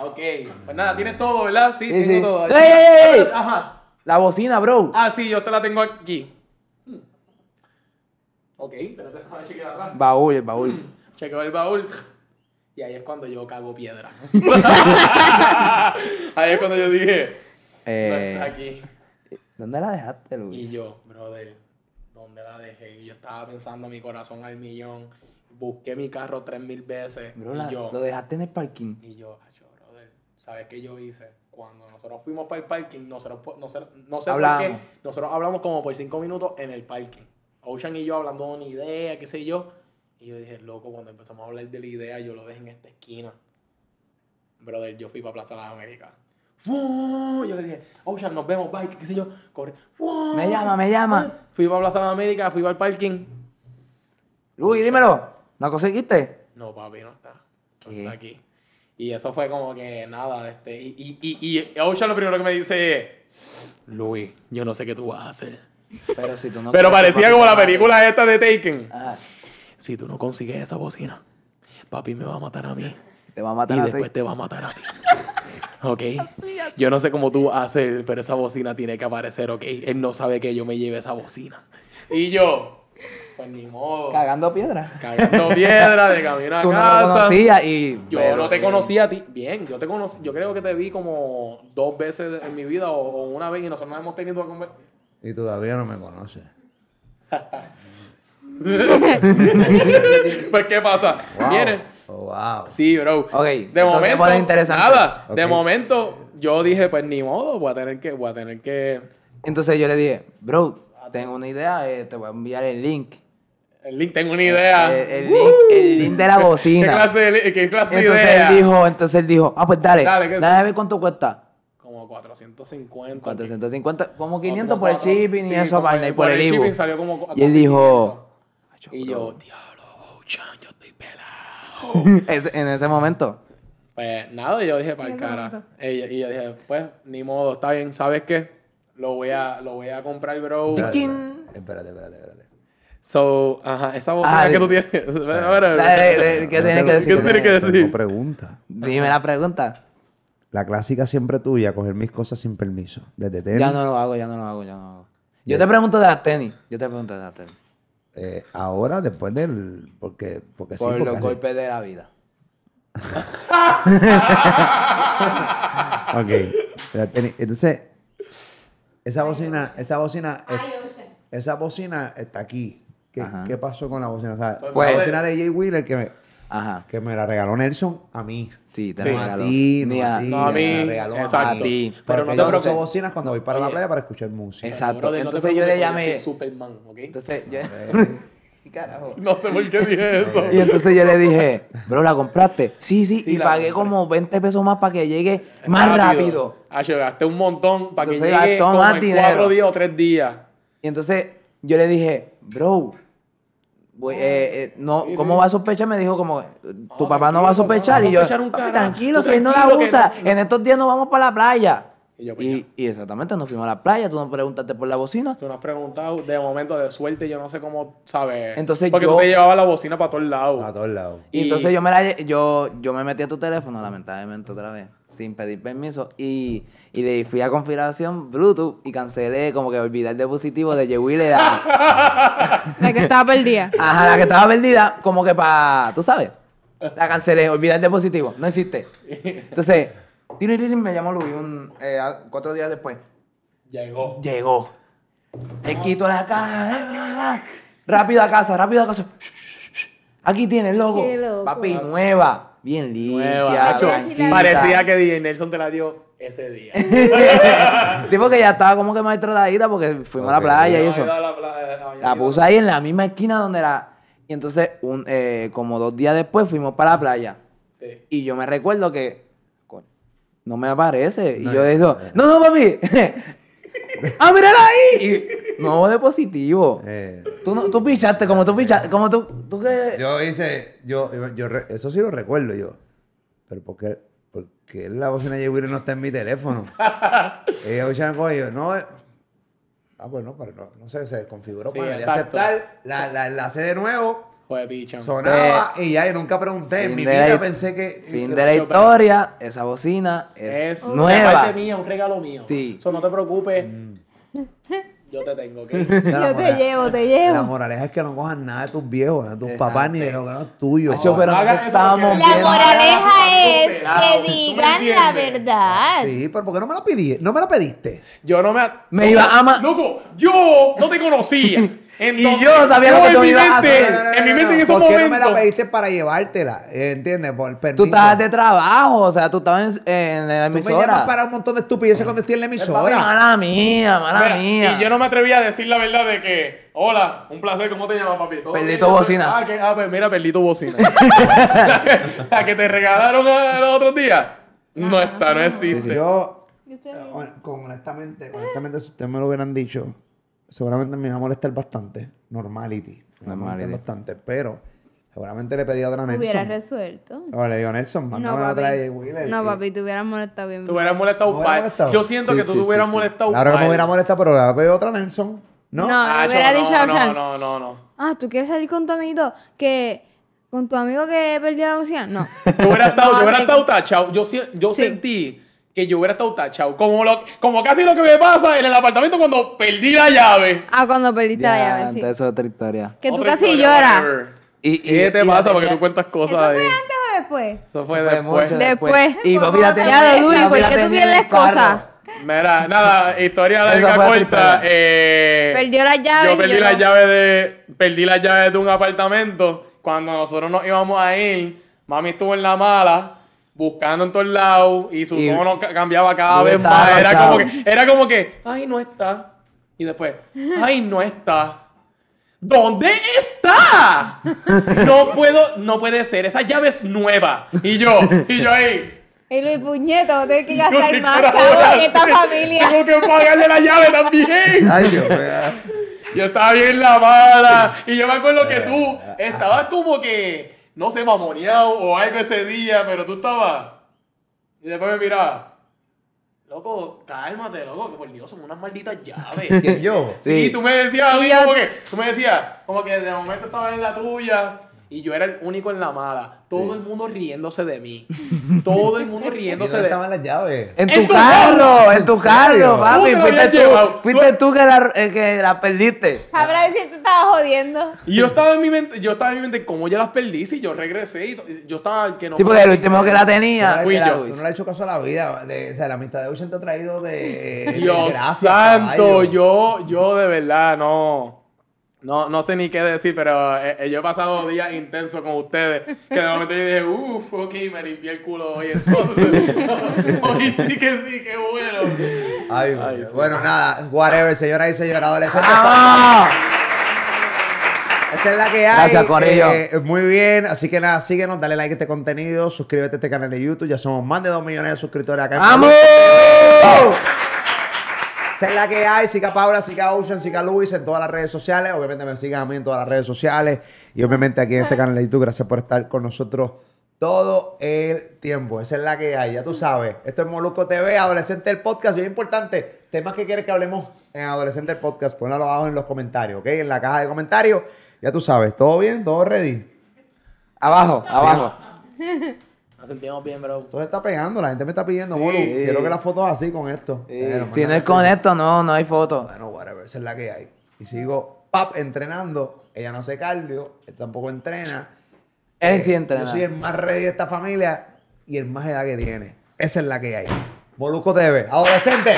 Ok, pues nada, tienes todo, ¿verdad? Sí, Sí, tengo sí. todo. ¡Ey, ey, ey! Ajá. La bocina, bro. Ah, sí, yo te la tengo aquí. Hmm. Ok, pero déjame chequear atrás. Baúl, el Mm. baúl. Chequeo el baúl. Y ahí es cuando yo cago piedra. ahí es cuando yo dije, no Eh, está aquí. ¿Dónde la dejaste, Y Luis? yo, brother, ¿dónde la dejé? Y yo estaba pensando mi corazón al millón. Busqué mi carro tres mil veces. Bro, y, la- yo, lo dejaste en el parking. y yo, "Acho, brother, ¿sabes qué yo hice? Cuando nosotros fuimos para el parking, nosotros, po- nosotros- no sé por Hablamos. qué, nosotros hablamos como por cinco minutos en el parking. Ocean y yo hablando de una idea, qué sé yo. Y yo dije, loco, cuando empezamos a hablar de la idea, yo lo dejé en esta esquina. Brother, yo fui para Plaza de las Américas. ¡Wow! Yo le dije, Ocean, nos vemos, bye, qué sé yo. Corre. ¡Wow! Me llama, me llama. Fui para Plaza de América, fui para el parking. Luis, dímelo. ¿La conseguiste? No, papi, no está. No ¿Qué? está aquí. Y eso fue como que nada, este. Y, y, y, y Ocean lo primero que me dice es, Luis, yo no sé qué tú vas a hacer. Pero si tú no (laughs) Pero quieres, parecía papi, como te la mato. película esta de Taken. Ajá. Si tú no consigues esa bocina, papi me va a matar a mí. Te va a Y matar a ti. después te va a matar a (laughs) ti. ¿Ok? Yo no sé cómo tú vas a hacer, pero esa bocina tiene que aparecer, ¿ok? Él no sabe que yo me lleve esa bocina. Y yo, pues ni modo. Cagando piedra. Cagando piedra de camino a Tú no casa. lo conocías y... Yo pero- no te conocía a ti. Bien, yo te conocí. Yo creo que te vi como dos veces en mi vida o, o una vez y nosotros no hemos tenido una conver- (laughs) Y todavía no me conoces. Pues, ¿qué pasa? Wow. Vienes. Oh, wow. Sí, bro. Ok, De entonces te momento, pones interesante. nada. De Ok. momento, yo dije, pues ni modo, voy a tener que, voy a tener que Entonces yo le dije, bro, tengo una idea, eh, te voy a enviar el link. el link, tengo una idea. Eh, el, link el link de (laughs) la ¿Qué bocina. clase de, li- qué clase de entonces idea? él dijo, entonces él dijo, ah, pues dale, Dale, que- déjame ver cuánto cuesta. Como 450. 450, como o 500 como por el cuatro- shipping sí, y eso, como vaina, y por el shipping IVU. salió como Y él 400. dijo, Y yo, diablo, Bouchan, yo estoy pelado. (laughs) Ese- en ese momento, Pues nada, yo dije para En el ese cara. momento. Y, y yo dije, pues, ni modo, está bien, ¿sabes qué? Lo voy a, lo voy a comprar, bro. Espérate, Chiquín. Espérate, espérate, espérate. So, ajá, esa bocina Ah, que tú dime. tienes. (laughs) Espera, espera, dale, espera. dale, ¿qué Yo tienes tengo- que decir? ¿Qué tienes que decir? Tengo pregunta. Dime la pregunta. La clásica siempre tuya, coger mis cosas sin permiso. Desde tenis, Ya no lo hago, ya no lo hago, ya no lo hago. Yo te pregunto de las tenis, yo te pregunto de las tenis. eh, ahora, después del... Porque, porque sí, Por porque los así- golpes de la vida. (laughs) Ok. La tenis- Entonces, esa bocina, esa bocina, eh, Ay, Ocean. esa bocina está aquí. ¿Qué, Ajá. qué pasó con la bocina? O sea, Pues- la bocina de Jay Wheeler que me, Ajá. que me la regaló Nelson a mí. Sí, te Sí. lo No a regaló. ti, Ni no a a- ti, No a me la mí, regaló a exacto. mí. Pero Porque no te yo uso preocupes. bocinas cuando voy para la Oye. playa para escuchar música. (laughs) Exacto, Brother, no te entonces yo le preocupes, llamé- soy Superman, ¿ok? Entonces, yo... Carajo. (laughs) No sé por qué dije eso. Y entonces yo le dije, bro, ¿la compraste? Sí, sí, Sí, y la pagué compré. como 20 pesos más para que llegue más rápido. Acho, Ah, gasté un montón para que Entonces llegue gastó como más en dinero. cuatro días o tres días. Y entonces yo le dije, bro, voy- eh, eh, no, Sí, ¿cómo sí. va a sospechar? Me dijo como, tu No, papá no tranquilo, va a papá, sospechar. no va a y yo, sospechar un "Papi, carajo. tranquilo, Tú si él no la tranquilo que usa, no- en estos días nos vamos para la playa. Y yo, pues, Y, y exactamente, nos fuimos a la playa, tú nos preguntaste por la bocina. Tú no has preguntado, de momento, de suerte, yo no sé cómo, ¿sabes? Entonces Porque yo- tú te llevabas la bocina para todos lados. A todos lados. Y, Y- entonces yo me, la, lle- yo, yo me metí a tu teléfono, lamentablemente, otra vez, sin pedir permiso. Y, y le fui a configuración Bluetooth y cancelé, como que olvidé el dispositivo de Jewile. Ajá, La que estaba perdida. la que estaba perdida, como que para. ¿Tú sabes? La cancelé, olvidé el dispositivo, no existe. Entonces, tiriririn, me llamó Luis un, eh, a- cuatro días después. Llegó. Llegó. Él quitó la caja. Rápido a casa, rápido a casa. Aquí tiene el logo. Qué loco. Papi, nueva. Bien Nueva. limpia. Acho, blanquita. parecía que DJ Nelson te la dio ese día. Sí, porque ya estaba como que más tratadita porque fuimos a la Ok. playa y Había eso. ido a la pla- había La ido- puse ahí en la misma esquina donde la... Y entonces, un, eh, como dos días después, fuimos para la playa. Sí. Y yo me recuerdo que... Coño, no me aparece. Y No, yo ya, digo, ya. no, no, papi. (laughs) ¡Ah, mírala ahí! Y, no, de positivo. Eh, Tú, no, tú pichaste, como tú pichaste, como tú, tú que... yo hice, yo, yo, yo re- eso sí lo recuerdo yo. Pero ¿por qué, por qué la bocina de Willy no está en mi (laughs) teléfono? Ella escucharon con ellos, no. eh. Ah, pues no, pero no, no sé, se desconfiguró Sí, para exacto. aceptar. La, la enlace de nuevo, Joder, picha. sonaba y ya, yo nunca pregunté. En Fin mi de vida la- pensé que. Fin que- de la yo, pero- historia, esa bocina es, Es una nueva. parte mía, un regalo mío. Sí. Eso no te preocupes. Mm. Yo te tengo, ¿ok? La Yo te moral- llevo, te La llevo. moraleja es que no cojan nada de tus viejos, de tus Exacto. papás, ni de los ganos tuyos. Hacho, pero No hagas nosotros eso estábamos porque- bien- La moraleja es Pelado, ¿tú que me digan la entiendes? verdad. Sí, pero ¿por qué no me la pedí? ¿No me la pediste? Yo no me. a- Me iba a ama- Loco, yo no te conocía. Entonces, yo sabía lo que en tú mi ibas a mente, hacer. No, no, En mi mente en ese ¿Por qué no me la momento. pediste para llevártela? Eh, ¿Entiendes? Por el permiso. Tú estabas de trabajo, o sea, tú estabas en, en la Tú me llamas emisora. para un montón de estupideces cuando estoy en la Papi, emisora. mala mía, mala Mira, mía. Y yo no me atreví a decir la verdad de que, hola, un placer, ¿cómo te llamas, papi? ¿Todo Perdí bien? tu bocina. Ah, que, ah, pues mira, perdí tu bocina. (laughs) la que te regalaron a- los otros días. No está, no existe. Yo, hon- con- honestamente, honestamente, si ustedes me lo hubieran dicho, seguramente me iba a molestar bastante. Normality. Me iba a molestar Normality. bastante, pero seguramente le pedí a otra Hubiera Nelson. resuelto. O le digo, Nelson, mándame papi. otra de Wheeler. No, Y- papi, te hubieras molestado bien. Te hubieras molestado ¿Me un hubiera par. molestado? Yo siento Sí, que tú sí, te hubieras sí, sí. molestado un Claro que me par. hubiera molestado, pero le pedí otra Nelson. ¿No? No. Ah, le yo hubiera no, dicho a no, Frank. no, no, no. Ah, ¿tú quieres salir con tu amiguito que... con tu amigo que perdió la bocina? (laughs) No. (laughs) Yo hubiera estado, No, yo hubiera te- estado tachado. Yo, si- yo Sí. sentí que yo hubiera estado tachado. Como, lo, como casi lo que me pasa en el apartamento cuando perdí la llave. Ah, cuando perdiste la llave, sí. Antes eso es otra historia. Que tú Otra casi historia, lloras. whatever. Y, ¿Qué te pasa? este Porque tú cuentas cuentas ¿Eso cosas fue ahí. antes o después? Eso Fue fue después. mucho Después. Y papi la tenía- Ya, Dudy, papi ¿por la qué tú tenía pierdes en el carro. cosas? Mira, nada, historia Esa larga fue otra corta. historia. eh, Perdió las llaves Yo y perdí lloró. las llaves de. Perdí las llaves de un apartamento. Cuando nosotros nos íbamos a ir, mami estuvo en la mala, buscando en todos lados, y su Y- tono ca- cambiaba cada y vez estaba más. Era agachado. como que, era como que, ay, no está. Y después, ay, no está. ¿Dónde (laughs) está? No puedo, no puede ser. Esa llave es nueva. Y yo, y yo ahí. Y Luis Puñeto, voy a tener que (laughs) Yo, gastar ¿qué más carajo voy a chavos en (laughs) esta hacer? familia. Tengo que pagarle la llave también. Ay, Dios mío. Yo estaba bien la mala. Y yo me acuerdo que tú estabas como que, no sé, mamoneado o algo ese día, pero tú estabas. Y después me mirabas. Loco, cálmate, loco, que por Dios son unas malditas llaves. ¿Quién (laughs) yo? Sí, Sí. tú me decías a Y mí yo- como que, tú me decías, como que de momento estaba en la tuya y yo era el único en la mala. Todo el mundo riéndose de mí. Todo el mundo ¿Y riéndose ¿Dónde de mí. estaban las llaves? En ¿En tu tu carro, carro? en tu ¿En serio? carro, ¿Cómo te papi. lo Fuiste habías tú, llevado? fuiste Tú- tú que la, eh, que la perdiste. Sabrá si te estabas jodiendo. Y yo estaba en mi mente, yo estaba en mi mente, como yo las perdí, si yo regresé y to- y yo estaba que no. Sí, porque el último que la tenía Tú no Fui le- era yo. Luis. Tú no le has hecho caso a la vida. de- o sea, la amistad de Ocean te ha traído de. Dios desgracia, santo, caballo. yo, yo de verdad no. No, no sé ni qué decir, pero eh, eh, yo he pasado días intensos con ustedes. Que de momento yo dije, uff, ok, me limpié el culo hoy entonces. (laughs) hoy sí que sí, qué bueno. Ay, Ay, güey. sí. Bueno, nada, whatever, señoras y señores adolescentes. Ah. ¡Vamos! Esa es la que hay. Gracias, Corillo. Eh, muy bien, así que nada, síguenos, dale like a este contenido, suscríbete a este canal de YouTube. Ya somos más de 2 millones de suscriptores acá. en ¡Vamos! Esa es la que hay. Siga a Paula, siga a Ocean, siga a Luis en todas las redes sociales. Obviamente me sigan a mí en todas las redes sociales. Y obviamente aquí en este canal de YouTube. Gracias por estar con nosotros todo el tiempo. Esa es la que hay. Ya tú sabes. Esto es Molusco TV, Adolescente el Podcast. Bien importante. Temas que quieres que hablemos en Adolescente el Podcast. Ponlo abajo en los comentarios, ¿ok? En la caja de comentarios. Ya tú sabes. ¿Todo bien? ¿Todo ready? Abajo, abajo. Nos sentimos bien, bro. Todo se está pegando. La gente me está pidiendo, Molu. Quiero que las fotos así con esto. Bueno, Si no mándame es con esto, no, no hay foto. Bueno, whatever, esa es la que hay. Y sigo, pap, entrenando. Ella no hace cardio, él tampoco entrena. Él sí Eh, entrena. Yo soy el más ready de esta familia y el más edad que tiene. Esa es la que hay. Moluco TV, adolescente.